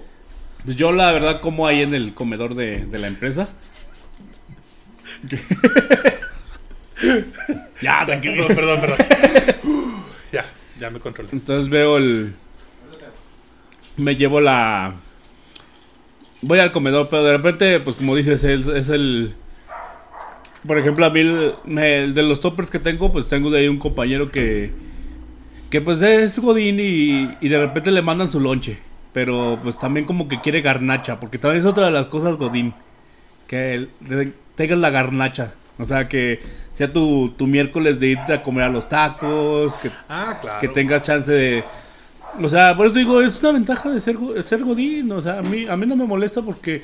Speaker 2: pues yo la verdad como ahí en el comedor de, de la empresa. ya, tranquilo.
Speaker 3: No, perdón, perdón. ya, ya me controlé.
Speaker 2: Entonces veo el. Me llevo la. Voy al comedor, pero de repente, pues como dices, es, es el. Por ejemplo, a mí, el- me- el de los toppers que tengo, pues tengo de ahí un compañero que. Que pues es Godín y, y de repente le mandan su lonche. Pero pues también como que quiere garnacha, porque también es otra de las cosas Godín. Que el- de- tengas la garnacha. O sea, que sea tu, tu miércoles de irte a comer a los tacos, que
Speaker 3: Ah, claro.
Speaker 2: que tengas chance de. O sea, por eso digo, es una ventaja de ser, go- ser Godín. O sea, a mí, a mí no me molesta porque,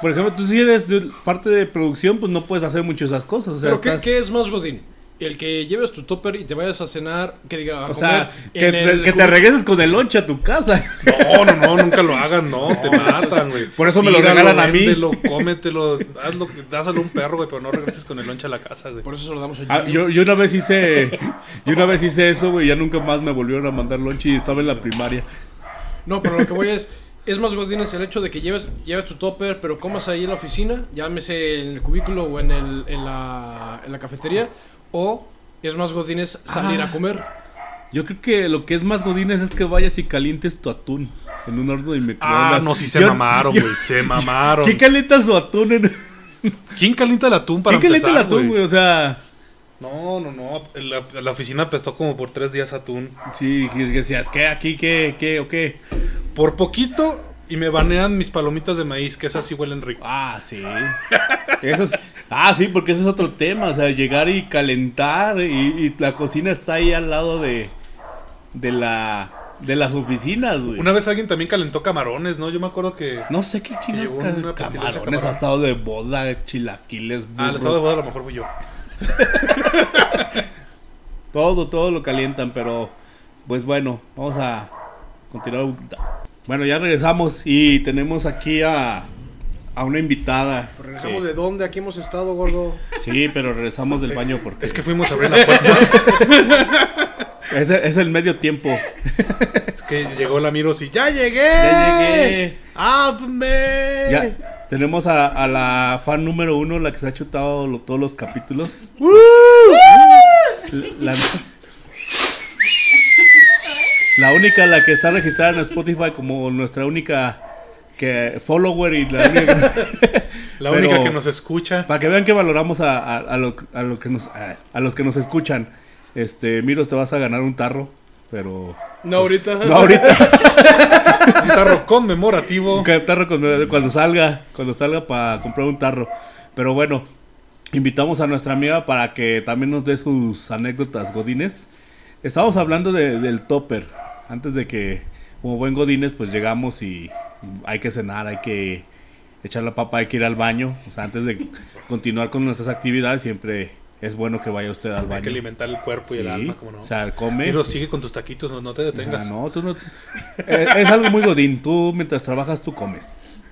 Speaker 2: por ejemplo, tú si eres de parte de producción, pues no puedes hacer mucho esas cosas. O sea,
Speaker 1: Pero, ¿qué,
Speaker 2: estás-
Speaker 1: qué es más Godín? El que lleves tu topper y te vayas a cenar, que diga, a
Speaker 2: o
Speaker 1: comer
Speaker 2: sea, que,
Speaker 1: en el
Speaker 2: que te
Speaker 1: cu-
Speaker 2: regreses con el lonche a tu casa.
Speaker 3: No, no, no, nunca lo hagan, no, te matan, güey.
Speaker 2: por eso me lo regalan a mí.
Speaker 3: véndelo, cómetelo, hazlo, dáselo a un perro, güey, pero no regreses con el lonche a la casa, güey.
Speaker 1: Por eso se lo damos a
Speaker 2: Ah, yo, yo una vez hice yo una vez hice eso, güey. Ya nunca más me volvieron a mandar lonche y estaba en la primaria.
Speaker 1: No, pero lo que voy es. Es más godín es el hecho de que lleves, lleves tu topper, pero comas ahí en la oficina, llámese en el cubículo o en, el, en, la, en la cafetería, o es más godín es salir
Speaker 2: Ah.
Speaker 1: a comer.
Speaker 2: Yo creo que lo que es más godines es que vayas y calientes tu atún en un horno de microondas.
Speaker 3: Ah, no, sí se
Speaker 2: Yo-
Speaker 3: mamaron,
Speaker 2: yo-
Speaker 3: güey, se mamaron.
Speaker 2: ¿Quién calienta su atún en,
Speaker 3: ¿Quién calienta el atún para
Speaker 2: ¿Quién calienta el
Speaker 3: empezar,
Speaker 2: atún, güey? O sea,
Speaker 3: No, no, no. La, la oficina apestó como por tres días atún.
Speaker 2: Sí, y decías, ¿qué? ¿Aquí? ¿Qué? ¿Qué? ¿O qué?
Speaker 3: Por poquito y me banean mis palomitas de maíz, que esas sí huelen rico.
Speaker 2: Ah, sí. Eso es- ah, sí, porque ese es otro tema. O sea, llegar y calentar y, y la cocina está ahí al lado de, de, la, de las oficinas, güey.
Speaker 3: Una vez alguien también calentó camarones, ¿no? Yo me acuerdo que...
Speaker 2: No sé qué chingas
Speaker 3: llevó
Speaker 2: cal-
Speaker 3: una pastilla de
Speaker 2: camarones,
Speaker 3: camarón.
Speaker 2: asado de boda, chilaquiles,
Speaker 3: Ah, el
Speaker 2: burros.
Speaker 3: asado de boda a lo mejor fui yo.
Speaker 2: Todo, todo lo calientan, pero pues bueno, vamos a continuar. Bueno, ya regresamos y tenemos aquí a, a una invitada.
Speaker 3: Pues
Speaker 1: Regresamos
Speaker 2: Sí.
Speaker 1: de dónde, aquí hemos estado, gordo.
Speaker 2: Sí, pero regresamos del baño porque
Speaker 3: Es que fuimos a abrir la puerta.
Speaker 2: es, es el medio tiempo.
Speaker 3: es que llegó la Miros y ¡ya llegué!
Speaker 2: Ya llegué.
Speaker 3: ¡Hazme!
Speaker 2: ¡Eh! Ya tenemos a, a la fan número uno, la que se ha chutado lo- todos los capítulos. La, la única, la que está registrada en Spotify como nuestra única que follower y la única-
Speaker 3: La
Speaker 2: Pero-
Speaker 3: única que nos escucha.
Speaker 2: para que vean que valoramos a, a- a lo, a lo que nos a, a los que nos escuchan. Este, Miros, te vas a ganar un tarro, pero
Speaker 1: No, ahorita.
Speaker 2: no ahorita.
Speaker 3: Un tarro conmemorativo.
Speaker 2: Un tarro cuando, cuando salga, cuando salga para comprar un tarro. Pero bueno, invitamos a nuestra amiga para que también nos dé sus anécdotas godines. Estábamos hablando de- del topper. Antes de que, como buen godines, pues llegamos y hay que cenar, hay que echar la papa, hay que ir al baño. O sea, antes de continuar con nuestras actividades, siempre es bueno que vaya usted al
Speaker 3: Hay que
Speaker 2: baño.
Speaker 3: alimentar el cuerpo y el
Speaker 2: Sí,
Speaker 3: alma, como no.
Speaker 2: O sea, come.
Speaker 3: Miros, sigue con tus taquitos, no, no te
Speaker 2: Ah,
Speaker 3: detengas.
Speaker 2: no, tú no- Eh, es algo muy godín. Tú mientras trabajas, tú comes.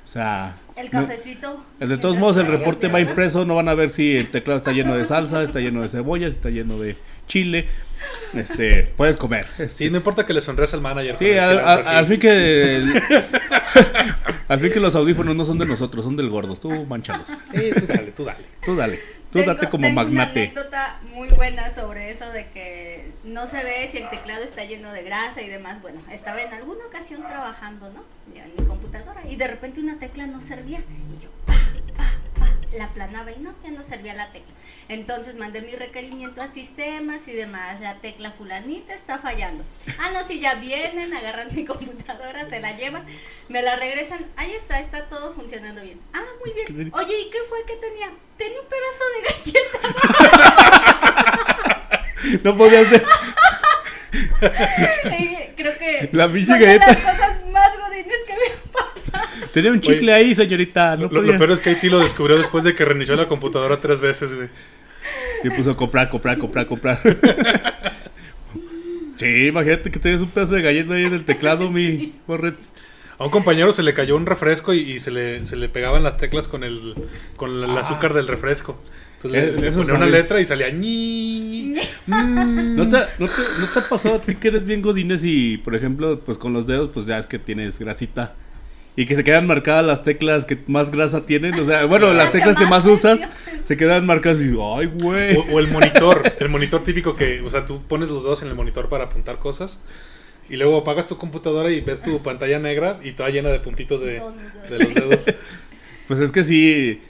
Speaker 2: O sea,
Speaker 4: El
Speaker 2: no-
Speaker 4: cafecito.
Speaker 2: el de todos modos, el reporte va
Speaker 4: más
Speaker 2: impreso. No van a ver si el teclado está lleno de salsa, está lleno de cebolla, está lleno de chile. Este, puedes comer.
Speaker 3: Sí, no importa que le sonrías al manager. con
Speaker 2: Sí,
Speaker 3: el
Speaker 2: al,
Speaker 3: chilango
Speaker 2: al-
Speaker 3: aquí.
Speaker 2: al fin que. el- al fin que los audífonos no son de nosotros, son del gordo. Tú manchalos.
Speaker 3: Eh, tú dale, tú dale.
Speaker 2: Tú dale. Tú
Speaker 4: Tengo-
Speaker 2: date como
Speaker 4: tengo Una
Speaker 2: magnate.
Speaker 4: anécdota muy buena sobre eso de que no se ve si el teclado está lleno de grasa y demás. Bueno, estaba en alguna ocasión trabajando, ¿no? Yo en mi computadora y de repente una tecla no servía y yo pa, pa, pa, la aplanaba y no, ya no servía la tecla. Entonces mandé mi requerimiento a sistemas y demás. La tecla fulanita está fallando. Ah, no, si ya vienen, agarran mi computadora, se la llevan, me la regresan. Ahí está, está todo funcionando bien. Ah, muy bien. Oye, ¿y qué fue que tenía? Tenía un pedazo de galleta.
Speaker 2: No podía ser.
Speaker 4: Eh, Creo que
Speaker 2: La pinche
Speaker 4: son de
Speaker 2: galleta.
Speaker 4: las cosas más godines que me han pasado.
Speaker 2: Tenía un chicle ahí, señorita. No
Speaker 3: Lo, lo
Speaker 2: podía.
Speaker 3: peor es que Haití lo descubrió después de que reinició la computadora tres veces, güey.
Speaker 2: Y puso a comprar, comprar, comprar, comprar. sí, imagínate que tienes un pedazo de galleta ahí en el teclado, mi Borret.
Speaker 3: A un compañero se le cayó un refresco y, y se, le, se le pegaban las teclas con el, con el azúcar del refresco. Entonces
Speaker 2: Ah. Eh,
Speaker 3: le, le
Speaker 2: eso
Speaker 3: ponía
Speaker 2: está
Speaker 3: una
Speaker 2: bien.
Speaker 3: letra y salía ñi. mm.
Speaker 2: ¿No te, no, te, ¿No te ha pasado a ti que eres bien godines y, por ejemplo, pues con los dedos, pues ya es que tienes grasita? Y que se quedan marcadas las teclas que más grasa tienen. O sea, bueno, las
Speaker 4: que
Speaker 2: teclas que más
Speaker 4: más
Speaker 2: usas
Speaker 4: presión.
Speaker 2: se quedan marcadas y, ay, güey.
Speaker 3: O, o el monitor, el monitor típico que, o sea, tú pones los dedos en el monitor para apuntar cosas y luego apagas tu computadora y ves tu pantalla negra y toda llena de puntitos de, de los dedos.
Speaker 2: Pues es que sí.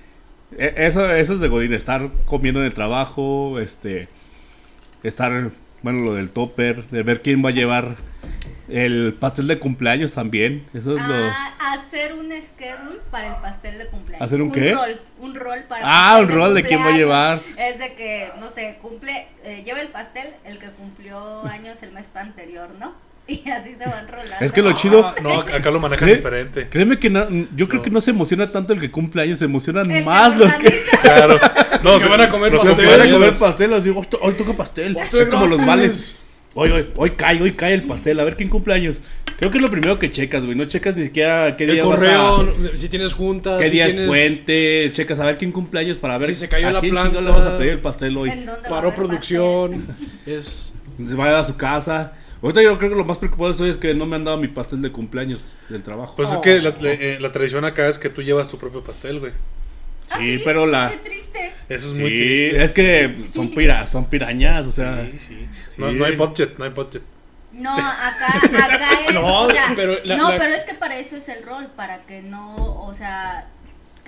Speaker 2: e- Eso, eso es de Godín, estar comiendo en el trabajo, este. Estar, bueno, lo del topper, de ver quién va a llevar el pastel de cumpleaños también. Eso es lo.
Speaker 4: Ah, hacer un schedule para el pastel de cumpleaños.
Speaker 2: ¿Hacer un qué?
Speaker 4: rol, un rol para
Speaker 2: Ah,
Speaker 4: pastel
Speaker 2: un rol de quién va a
Speaker 4: cumpleaños. Es de que, no sé, cumple, eh, lleva el pastel el que cumplió años el mes anterior, ¿no? Y así se van rolando.
Speaker 2: Es que lo chido.
Speaker 3: Ah, no, acá lo manejan
Speaker 2: ¿Cree-
Speaker 3: diferente.
Speaker 2: Créeme que no- yo creo
Speaker 3: No.
Speaker 2: que no se emociona tanto el que cumple años, se emocionan
Speaker 4: El que
Speaker 2: más los que.
Speaker 4: organiza.
Speaker 3: Claro. No,
Speaker 1: Que van a comer
Speaker 3: los
Speaker 2: Los que
Speaker 1: pastel.
Speaker 2: van a
Speaker 3: cumpleaños.
Speaker 2: comer pastel, Pues así, hoy, to- hoy toca pastel.
Speaker 1: Pastel
Speaker 2: es como los
Speaker 1: gratis.
Speaker 2: vales. Hoy, hoy, hoy cae, hoy cae el pastel, a ver quién cumple años. Creo que es lo primero que checas, güey. No checas ni siquiera qué
Speaker 1: El
Speaker 2: día vas a-
Speaker 1: correo, si tienes juntas,
Speaker 2: ¿Qué
Speaker 1: si
Speaker 2: día
Speaker 1: tienes-
Speaker 2: es puente? Checas a ver quién cumpleaños para ver
Speaker 1: Si se cayó
Speaker 2: a
Speaker 1: la
Speaker 2: quién
Speaker 1: planta.
Speaker 2: chingado le vas a pedir el pastel
Speaker 4: ¿En
Speaker 2: hoy.
Speaker 4: dónde va a
Speaker 1: Paró
Speaker 4: haber
Speaker 1: producción. Es.
Speaker 2: Se va a su casa. Ahorita yo creo que lo más preocupado estoy es que no me han dado mi pastel de cumpleaños del trabajo.
Speaker 3: Pues es que la, la- eh, la tradición acá es que tú llevas tu propio pastel, güey.
Speaker 4: pastel? Ah,
Speaker 2: Sí,
Speaker 4: sí,
Speaker 2: pero la-
Speaker 4: Qué triste.
Speaker 3: Eso es
Speaker 2: Sí,
Speaker 3: muy triste.
Speaker 2: es que son, pira- son pirañas, o sea.
Speaker 3: Sí, sí. No,
Speaker 2: sí.
Speaker 3: no hay budget, no hay budget.
Speaker 4: No, acá, acá es.
Speaker 1: No,
Speaker 4: o sea,
Speaker 1: pero la-
Speaker 4: no,
Speaker 1: la-
Speaker 4: pero es que para eso es el rol, para que no, o sea,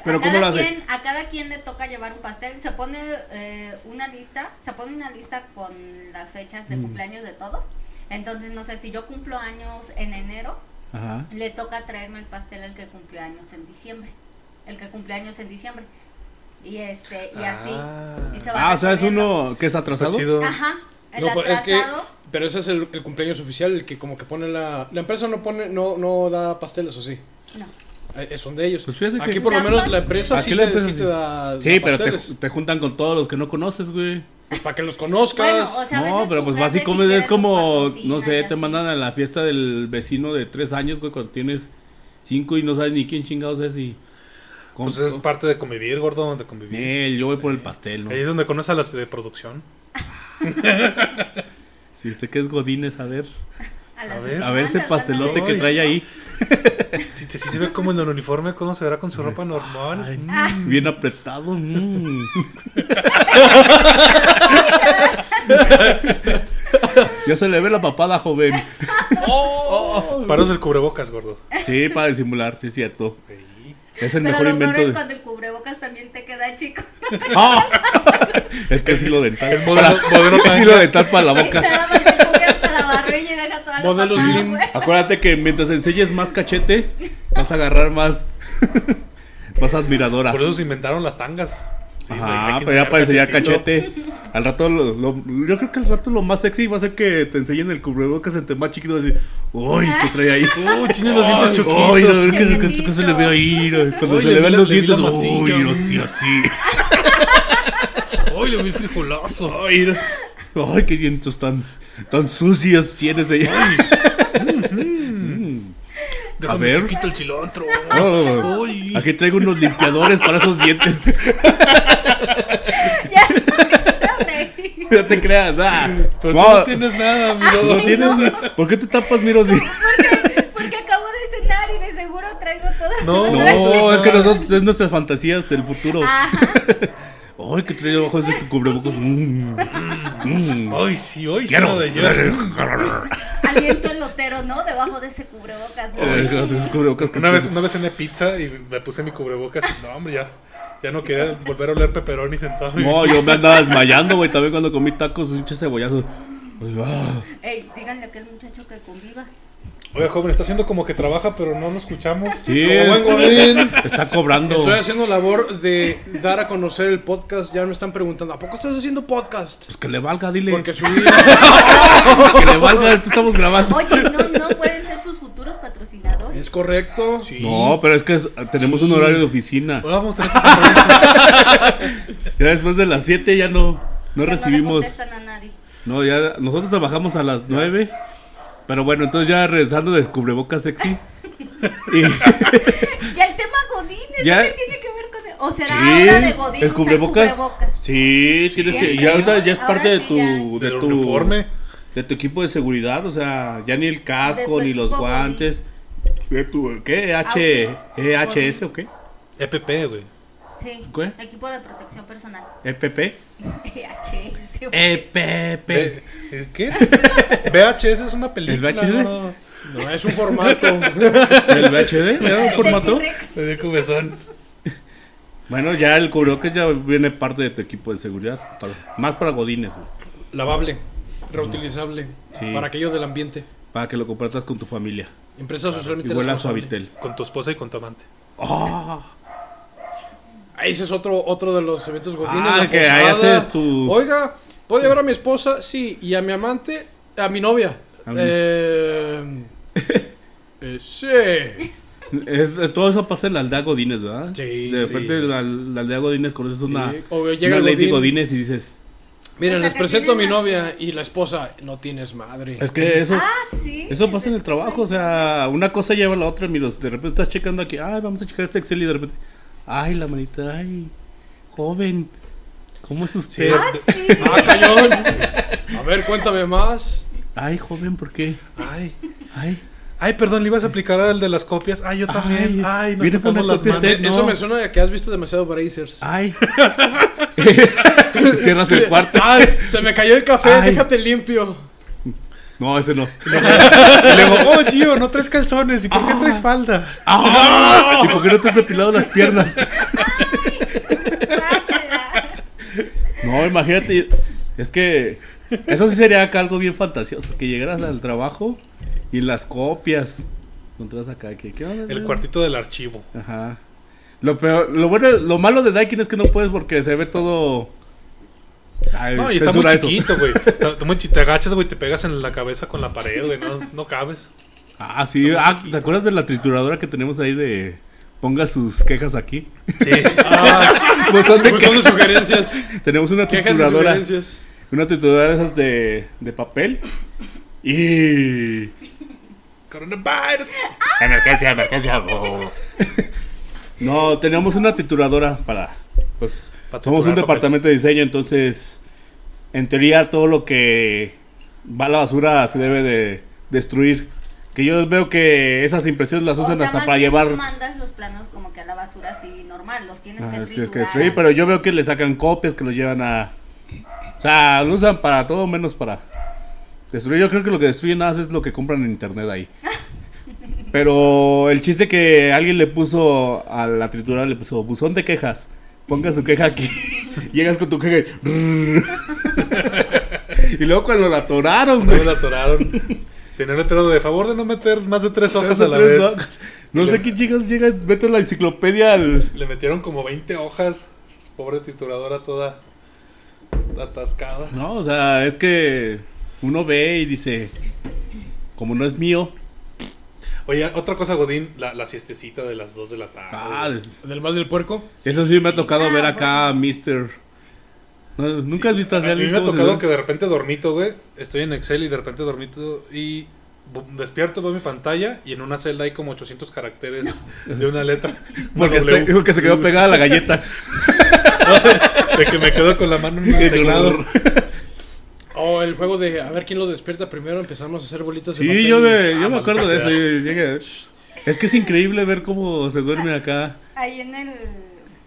Speaker 2: Pero
Speaker 4: a,
Speaker 2: ¿cómo
Speaker 4: cada
Speaker 2: lo hace?
Speaker 4: quien, a cada quien le toca llevar un pastel. Se pone eh, una lista, se pone una lista con las fechas de cumpleaños de todos. Entonces, no sé, si yo cumplo años en enero,
Speaker 2: Ajá.
Speaker 4: le toca traerme el pastel al que cumplió años en diciembre. El que cumplió años en diciembre. Y este, y así.
Speaker 3: Ah.
Speaker 4: Y se va
Speaker 2: Ah, o sea, es
Speaker 4: recorriendo.
Speaker 2: uno que es
Speaker 3: Está
Speaker 2: atrasado.
Speaker 3: chido.
Speaker 4: Ajá. El
Speaker 1: No, pero es que,
Speaker 4: atrasado.
Speaker 1: pero ese es el, el cumpleaños oficial, el que como que pone la... La empresa no pone, no, no da pasteles, o sí.
Speaker 4: No.
Speaker 1: Eh, eh, son de ellos.
Speaker 2: Pues fíjate que-
Speaker 1: Aquí por lo
Speaker 4: Dan
Speaker 1: menos la
Speaker 4: pasteles.
Speaker 1: empresa
Speaker 2: Aquí
Speaker 1: sí,
Speaker 2: la
Speaker 1: te,
Speaker 2: empresa
Speaker 1: sí
Speaker 2: sí.
Speaker 1: te da,
Speaker 2: Sí,
Speaker 1: da
Speaker 2: pero te,
Speaker 1: pasteles.
Speaker 2: te juntan con todos los que no conoces, güey.
Speaker 1: Pues para que los
Speaker 4: Bueno,
Speaker 1: conozcas.
Speaker 4: o sea, a
Speaker 2: no,
Speaker 4: veces
Speaker 2: pero
Speaker 4: tu
Speaker 2: pues vas y
Speaker 4: jefe sí
Speaker 2: comes,
Speaker 4: quiere
Speaker 2: es como,
Speaker 4: los
Speaker 2: no sé,
Speaker 4: patrocina pues, y
Speaker 2: te
Speaker 4: así.
Speaker 2: mandan a la fiesta del vecino de tres años, güey, cuando tienes cinco y no sabes ni quién chingados es y...
Speaker 3: Pues es parte de convivir, gordo, de convivir.
Speaker 2: Nel, yo voy por el pastel, ¿no?
Speaker 3: Ahí es donde conoces a las de producción.
Speaker 2: Si usted que es Godínez, a ver,
Speaker 4: A, las
Speaker 3: A ver,
Speaker 4: de
Speaker 2: a ver ese
Speaker 4: bandas, bandas
Speaker 2: pastelote
Speaker 4: de-
Speaker 2: que trae ahí,
Speaker 3: Si, si, se ve como en el uniforme, ¿cómo se verá con su ropa normal?
Speaker 2: Ay.
Speaker 3: Mm.
Speaker 2: bien apretado. mm. ya se le ve la papada, joven.
Speaker 3: Paros el cubrebocas, gordo.
Speaker 2: Sí, para disimular, sí es cierto. Es el
Speaker 4: Pero
Speaker 2: mejor
Speaker 4: lo
Speaker 2: invento
Speaker 4: peor es
Speaker 2: de...
Speaker 4: cuando el cubrebocas también te queda chico.
Speaker 2: ¡Ah! Es que sí lo dental. Es
Speaker 3: modelo- modelo
Speaker 2: lo dental para la
Speaker 4: Ahí
Speaker 2: boca.
Speaker 4: nada más te cubre hasta la barriga y deja toda la
Speaker 1: Modelo
Speaker 4: papada,
Speaker 1: slim.
Speaker 4: güey.
Speaker 2: Acuérdate que mientras enseñes más cachete, vas a agarrar más, más admiradoras.
Speaker 3: Por eso se inventaron las tangas. Sí,
Speaker 2: Ajá,
Speaker 3: hay que
Speaker 2: pero ya para enseñar
Speaker 3: cachetito.
Speaker 2: cachete. Al rato, lo, lo- yo creo que al rato lo más sexy va a ser que te enseñen el cubrebocas entre más chiquito. Así, uy, ¿qué trae ahí?
Speaker 3: Uy, tiene los dientes
Speaker 2: Ay,
Speaker 3: chuquitos.
Speaker 2: no, ¿qué, se- qué- qué se le ve ahí? Ay, Cuando
Speaker 3: Uy,
Speaker 2: se
Speaker 3: le
Speaker 2: le
Speaker 3: vi
Speaker 2: ven
Speaker 3: la-
Speaker 2: los
Speaker 3: le vi
Speaker 2: dientes,
Speaker 3: la
Speaker 2: uy,
Speaker 3: masilla.
Speaker 2: así, así.
Speaker 3: Uy, le vi el frijolazo.
Speaker 2: Ay, no. Ay, qué dientes tan, tan sucios tienes ahí.
Speaker 3: Déjame
Speaker 2: ver.
Speaker 3: chiquito el cilantro.
Speaker 2: Oh,
Speaker 3: Uy.
Speaker 2: aquí traigo unos limpiadores para esos dientes.
Speaker 4: Ya, güey.
Speaker 2: No te creas, ah.
Speaker 3: Pero tú
Speaker 2: Wow.
Speaker 3: no tienes nada, amigo.
Speaker 2: No tienes ni- ¿Por qué te tapas, Miro? si-
Speaker 4: Porque acabo de cenar y de seguro traigo todo.
Speaker 3: No,
Speaker 2: No, es que nosotros, es nuestras fantasías del futuro.
Speaker 4: Ajá.
Speaker 2: Ay, que trae abajo ese cubrebocas. Mm, mm.
Speaker 3: Ay, sí, hoy sí.
Speaker 2: Quiero.
Speaker 3: nada de ayer.
Speaker 4: Aliento elotero, ¿no? Debajo de ese cubrebocas. güey.
Speaker 2: Ay, esos- esos cubrebocas que
Speaker 3: Una
Speaker 2: te-
Speaker 3: vez, una vez cené pizza y me puse mi cubrebocas. y No, hombre, ya. Ya no quería volver a oler peperonis en toda mi
Speaker 2: No, yo me andaba desmayando, güey. También cuando comí tacos, un pinche cebollazo. Ay, ah.
Speaker 4: Ey, díganle a aquel muchacho que conviva.
Speaker 3: Oye, joven, está haciendo como que trabaja, pero no lo escuchamos.
Speaker 2: Sí,
Speaker 1: Como buen godín.
Speaker 2: está cobrando.
Speaker 1: Estoy haciendo labor de dar a conocer el podcast. Ya me están preguntando, ¿a poco estás haciendo podcast?
Speaker 2: Pues que le valga, dile. Pues
Speaker 1: Porque subí.
Speaker 2: Que le valga, esto estamos grabando.
Speaker 4: Oye, no, no pueden ser sus futuros patrocinadores.
Speaker 1: ¿Es correcto?
Speaker 2: No, pero es que es- tenemos un horario de oficina.
Speaker 3: Ahora vamos a tener que
Speaker 2: Ya después de las 7 ya no, no
Speaker 4: Que No le
Speaker 2: recibimos.
Speaker 4: contestan a nadie.
Speaker 2: No, ya nosotros trabajamos a las 9. Pero bueno, entonces ya regresando de cubrebocas sexy. Y,
Speaker 4: Ya el tema Godín, ¿eso
Speaker 2: Ya-
Speaker 4: qué tiene que ver con el- O será
Speaker 2: sí,
Speaker 4: ahora Ah, de Godín
Speaker 2: el
Speaker 4: usar
Speaker 2: cubrebocas.
Speaker 4: cubrebocas?
Speaker 2: Sí, tienes que,
Speaker 4: Siempre,
Speaker 2: ya, ahorita
Speaker 4: ¿no?
Speaker 2: ya es
Speaker 4: Ahora
Speaker 2: parte de
Speaker 4: sí,
Speaker 2: tu,
Speaker 4: ya.
Speaker 2: de
Speaker 3: Del
Speaker 2: tu
Speaker 3: uniforme.
Speaker 2: de tu equipo de seguridad, o sea, ya ni el
Speaker 4: De
Speaker 2: casco
Speaker 4: tu
Speaker 2: ni los
Speaker 4: equipo, Ah,
Speaker 2: guantes. De tu- ¿Qué? H,
Speaker 4: Outfit.
Speaker 2: EHS o qué?
Speaker 3: EPP, güey.
Speaker 4: Sí.
Speaker 2: ¿Qué?
Speaker 4: Equipo de protección personal.
Speaker 2: EPP.
Speaker 4: EHS.
Speaker 2: EPP.
Speaker 3: Eh, ¿Qué? VHS es una película.
Speaker 2: ¿El VHS?
Speaker 3: gordo.
Speaker 1: No, es un formato.
Speaker 2: ¿El VHD? ¿Era un
Speaker 4: De
Speaker 2: formato?
Speaker 4: T-Rex.
Speaker 3: Me dio comezón.
Speaker 2: Bueno, ya el cubrebocas ya viene parte de tu equipo de seguridad. para- más para godines, güey.
Speaker 1: Lavable, reutilizable,
Speaker 2: Sí.
Speaker 1: para aquello del ambiente.
Speaker 2: Para que lo compartas con tu familia.
Speaker 1: Empresa socialmente
Speaker 2: Y huela
Speaker 1: responsable.
Speaker 2: suavitel.
Speaker 3: Con tu esposa y con tu amante.
Speaker 1: Ah, Ese es otro, otro de los eventos godines.
Speaker 2: Ah,
Speaker 1: la
Speaker 2: que ahí
Speaker 1: posada.
Speaker 2: haces tu-
Speaker 1: Oiga, ¿puedo llevar a mi esposa? Sí. ¿Y a mi amante? A mi novia.
Speaker 2: A mí.
Speaker 1: Eh, eh, sí.
Speaker 2: Es- es- todo eso pasa en la aldea Godínez, ¿verdad?
Speaker 1: Sí,
Speaker 2: De repente
Speaker 3: sí.
Speaker 2: la, la aldea Godínez conoces una,
Speaker 1: Sí, o llega
Speaker 2: una
Speaker 1: el
Speaker 2: Lady
Speaker 1: Godín.
Speaker 2: Godínez y dices,
Speaker 1: Miren,
Speaker 4: O sea,
Speaker 1: les
Speaker 4: que
Speaker 1: presento a mi
Speaker 4: tienen las-
Speaker 1: novia y la esposa. No tienes madre.
Speaker 2: es que eso,
Speaker 4: Ah, sí.
Speaker 2: eso pasa en el trabajo, o sea, una cosa lleva a la otra, mira, de repente estás checando aquí, ay, vamos a checar este Excel y de repente, ay, la manita, ay, joven, ¿cómo es usted?
Speaker 4: Sí.
Speaker 1: Ah, cañón. A ver, cuéntame más.
Speaker 2: Ay, joven, ¿por qué?
Speaker 3: Ay.
Speaker 2: Ay,
Speaker 3: Ay, perdón, le ibas a aplicar al de las copias. Ay, yo también.
Speaker 2: Ay,
Speaker 3: Ay, nos
Speaker 2: mira,
Speaker 3: tocamos
Speaker 2: pone
Speaker 3: las
Speaker 2: copias
Speaker 3: manos.
Speaker 2: de-
Speaker 1: Eh, Eso
Speaker 2: no.
Speaker 1: me suena a que has visto demasiado Brazers.
Speaker 2: ay. Cierras el cuarto.
Speaker 1: Ay, Ah, se me cayó el café,
Speaker 2: Ay.
Speaker 1: déjate limpio.
Speaker 2: No, ese no.
Speaker 3: Y le digo, oh, Gio, no traes calzones. ¿Y por qué traes falda?
Speaker 2: ¡Ah! ¿Y por qué no te has depilado las piernas?
Speaker 4: Guácala.
Speaker 2: No, imagínate. Es que eso sí sería acá algo bien fantasioso. Que llegaras al trabajo y las copias. Encontrás acá. que ¿qué onda?
Speaker 3: El cuartito del archivo.
Speaker 2: Ajá. Lo, peor, lo, bueno, lo malo de Daikin es que no puedes porque se ve todo. Ay,
Speaker 3: No, y está muy
Speaker 2: Eh, censura eso.
Speaker 3: chiquito, güey. Está muy chi- Te agachas, güey, te pegas en la cabeza con la pared, güey. No, no cabes.
Speaker 2: Ah, sí. Ah, ¿Te acuerdas de la trituradora que tenemos ahí de ponga sus quejas aquí?
Speaker 3: Sí.
Speaker 2: Pues son de
Speaker 1: Pues son de
Speaker 2: quejas.
Speaker 1: sugerencias.
Speaker 2: Tenemos una
Speaker 1: Quejas y
Speaker 2: trituradora.
Speaker 1: sugerencias.
Speaker 2: Una trituradora de esas de, de papel. Y.
Speaker 3: Coronavirus.
Speaker 2: Emergencia, emergencia. No, teníamos una trituradora para. Pues
Speaker 3: Para
Speaker 2: somos un
Speaker 3: triturar papel.
Speaker 2: departamento de diseño, entonces. En teoría, todo lo que va a la basura se debe de destruir. Que yo veo que esas impresiones las
Speaker 4: O
Speaker 2: usan
Speaker 4: sea,
Speaker 2: hasta
Speaker 4: más
Speaker 2: para
Speaker 4: bien
Speaker 2: llevar.
Speaker 4: tú mandas los planos como que a la basura así normal, los tienes
Speaker 2: Ah,
Speaker 4: que
Speaker 2: tienes que
Speaker 4: triturar.
Speaker 2: destruir, pero yo veo que le sacan copias, que los llevan a. O sea, lo usan para todo menos para destruir. Yo creo que lo que destruyen nada más es lo que compran en internet ahí. Pero el chiste que alguien le puso a la trituradora le puso buzón de quejas. Ponga su queja aquí. Llegas con tu queja y. y luego cuando la atoraron,
Speaker 3: No
Speaker 2: güey,
Speaker 3: me la atoraron. Tenía un letrero de favor de no meter más de tres hojas a la
Speaker 2: tres
Speaker 3: vez.
Speaker 2: hojas. No sé qué chicas llegas, vete a la enciclopedia al.
Speaker 3: Le metieron como 20 hojas. Pobre trituradora toda atascada.
Speaker 2: No, o sea, es que uno ve y dice, como no es mío,
Speaker 3: Oye, otra cosa, Godín, la, la siestecita de las 2 de la tarde.
Speaker 2: ah, es-
Speaker 1: Del mal del puerco.
Speaker 2: eso sí me ha tocado
Speaker 4: Ah,
Speaker 2: ver acá a Mr. No, Nunca has visto
Speaker 3: a
Speaker 2: hacer
Speaker 3: mí me ha
Speaker 2: cómo se
Speaker 3: tocado
Speaker 2: ve?
Speaker 3: que de repente dormito, güey. Estoy en Excel y de repente dormito y bu- despierto, veo mi pantalla y en una celda hay como 800 caracteres de una letra.
Speaker 2: Porque, este-
Speaker 3: Una W.
Speaker 2: porque se quedó pegada la galleta.
Speaker 3: De que me quedo con la mano en el teclado.
Speaker 1: O Oh, el juego de a ver quién lo despierta primero. Empezamos a hacer bolitas de
Speaker 2: sí,
Speaker 1: papel
Speaker 2: yo
Speaker 1: y-
Speaker 2: me, yo
Speaker 3: Ah,
Speaker 2: me acuerdo de eso.
Speaker 3: maldita
Speaker 2: y llegué- es que es increíble ver cómo se duerme acá
Speaker 4: Ahí en el...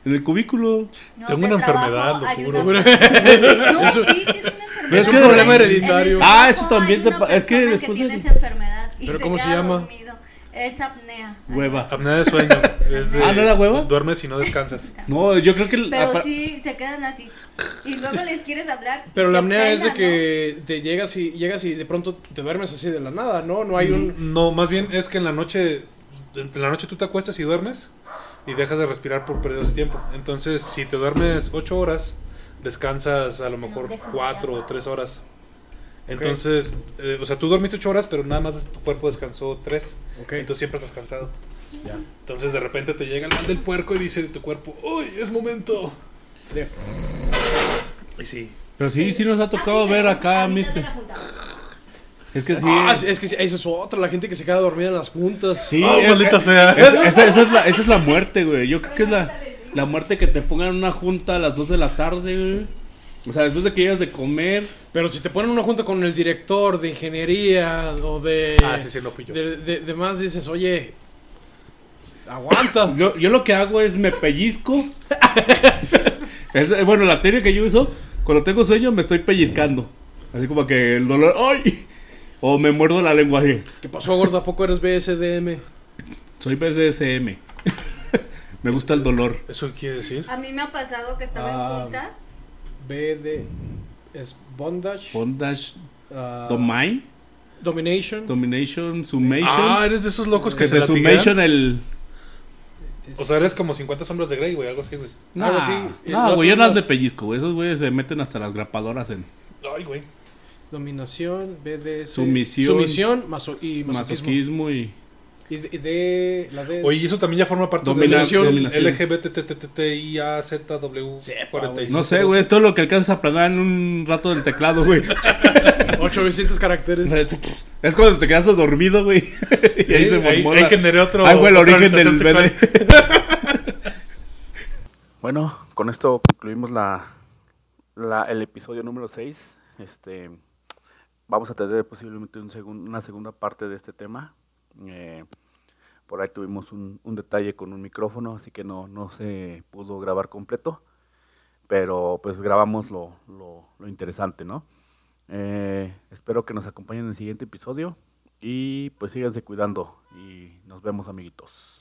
Speaker 2: en el cubículo.
Speaker 4: no,
Speaker 3: Tengo
Speaker 4: del
Speaker 3: una enfermedad, lo
Speaker 4: hay
Speaker 3: juro.
Speaker 4: una persona- No, sí, sí es una enfermedad.
Speaker 2: es que de
Speaker 1: problema
Speaker 4: En el
Speaker 1: hereditario.
Speaker 4: trabajo
Speaker 2: Ah, eso también
Speaker 4: hay
Speaker 2: te
Speaker 4: una
Speaker 2: pa- es que
Speaker 4: persona
Speaker 2: después de-
Speaker 4: tiene esa enfermedad y
Speaker 1: ¿Pero
Speaker 4: se
Speaker 1: cómo se
Speaker 4: queda
Speaker 1: llama?
Speaker 4: dormido. Es apnea.
Speaker 2: Hueva.
Speaker 3: Apnea de sueño. es de-
Speaker 2: Ah, ¿no era hueva?
Speaker 3: Duermes y no descansas.
Speaker 2: No, yo creo que... el-
Speaker 4: Pero
Speaker 2: apa-
Speaker 4: sí, se quedan así. Y luego les quieres hablar.
Speaker 1: Pero la
Speaker 4: Qué
Speaker 1: apnea es de
Speaker 4: pena,
Speaker 1: que te llegas y llegas y de pronto te duermes así de la nada, ¿no? No hay un
Speaker 3: Mm, No, más bien es que en la noche, en la noche tú te acuestas y duermes y dejas de respirar por periodos de tiempo. Entonces, si te duermes 8 horas, descansas a lo mejor
Speaker 4: déjame
Speaker 3: 4 o 3 horas. Entonces, eh, o sea, tú dormiste 8 horas, pero nada más tu cuerpo descansó 3.
Speaker 1: Ok.
Speaker 3: Entonces siempre estás cansado.
Speaker 1: Ya.
Speaker 3: Entonces, de repente te llega el mal del puerco y dice tu cuerpo, ¡Uy, es momento!
Speaker 1: de-
Speaker 3: Y sí.
Speaker 2: Pero sí, sí nos ha
Speaker 4: ¿no?
Speaker 2: tocado ver acá a
Speaker 4: A mí también
Speaker 2: Mr.
Speaker 4: Ah, la juntaba.
Speaker 2: Es que sí.
Speaker 1: Ah, sí, es que sí, esa es otra, la gente que se queda dormida en las juntas.
Speaker 2: Sí,
Speaker 3: Ah,
Speaker 2: es-
Speaker 3: maldita sea.
Speaker 2: pues, eh, es- esa, esa es la, esa es la muerte, güey. Yo creo que es la, la muerte que te pongan en una junta a las 2 de la tarde, güey. O sea, después de que llegas de comer.
Speaker 1: Pero si te ponen una junta con el director de ingeniería o de
Speaker 3: Ah, sí, sí, no fui yo.
Speaker 1: de, de- de más dices, "Oye, aguanta."
Speaker 2: Yo, yo lo que hago es me pellizco. Es- bueno, la teoría que yo uso, cuando tengo sueño me estoy pellizcando. Así como que el dolor. ¡Ay! O me muerdo la lengua así.
Speaker 1: ¿Qué pasó, gorda? ¿A poco eres BSDM?
Speaker 2: Soy BDSM. me gusta el dolor.
Speaker 3: ¿Eso qué quiere decir?
Speaker 4: A mí me ha pasado que estaba
Speaker 1: Ah.
Speaker 4: en juntas.
Speaker 1: BD es bondage,
Speaker 2: Bondage,
Speaker 1: ah,
Speaker 2: Domain,
Speaker 1: domination.
Speaker 2: Domination, Summation.
Speaker 3: Ah, eres de esos locos que
Speaker 2: que
Speaker 3: se
Speaker 2: te
Speaker 3: latigan.
Speaker 2: Summation el.
Speaker 3: O sea, eres como 50 sombras de Grey, güey, algo así, güey.
Speaker 2: No,
Speaker 1: Algo así.
Speaker 2: No,
Speaker 1: El
Speaker 2: güey, yo
Speaker 1: otro
Speaker 2: no de
Speaker 1: es-
Speaker 2: pellizco, güey. Esos güeyes se meten hasta las grapadoras en
Speaker 3: Ay, güey.
Speaker 1: Dominación, BDS.
Speaker 2: Sumisión.
Speaker 1: Sumisión maso- y masoquismo.
Speaker 2: masoquismo y.
Speaker 1: Y de, y de- la D.
Speaker 3: Oye, y eso también ya forma parte
Speaker 2: Dominación.
Speaker 3: de
Speaker 2: Dominación.
Speaker 1: Sepa, güey.
Speaker 2: No
Speaker 3: LGBTTTIAZW45.
Speaker 2: sé, güey, es todo lo que alcanzas a planear en un rato del teclado, güey.
Speaker 1: 800 caracteres.
Speaker 2: es cuando te quedas dormido, güey. y ahí se formó
Speaker 3: Hay
Speaker 2: la-
Speaker 3: que tener otro.
Speaker 2: Ahí fue el
Speaker 3: otra
Speaker 2: origen del
Speaker 3: orientación sexual.
Speaker 2: BD.
Speaker 5: Bueno, con esto concluimos la, la- el episodio número 6. Este, vamos a tener posiblemente un segun- una segunda parte de este tema. Eh, por ahí tuvimos un, un detalle con un micrófono, así que no, no se pudo grabar completo. Pero pues grabamos lo, lo- lo interesante, ¿no? Eh, espero que nos acompañen en el siguiente episodio y pues síganse cuidando y nos vemos amiguitos.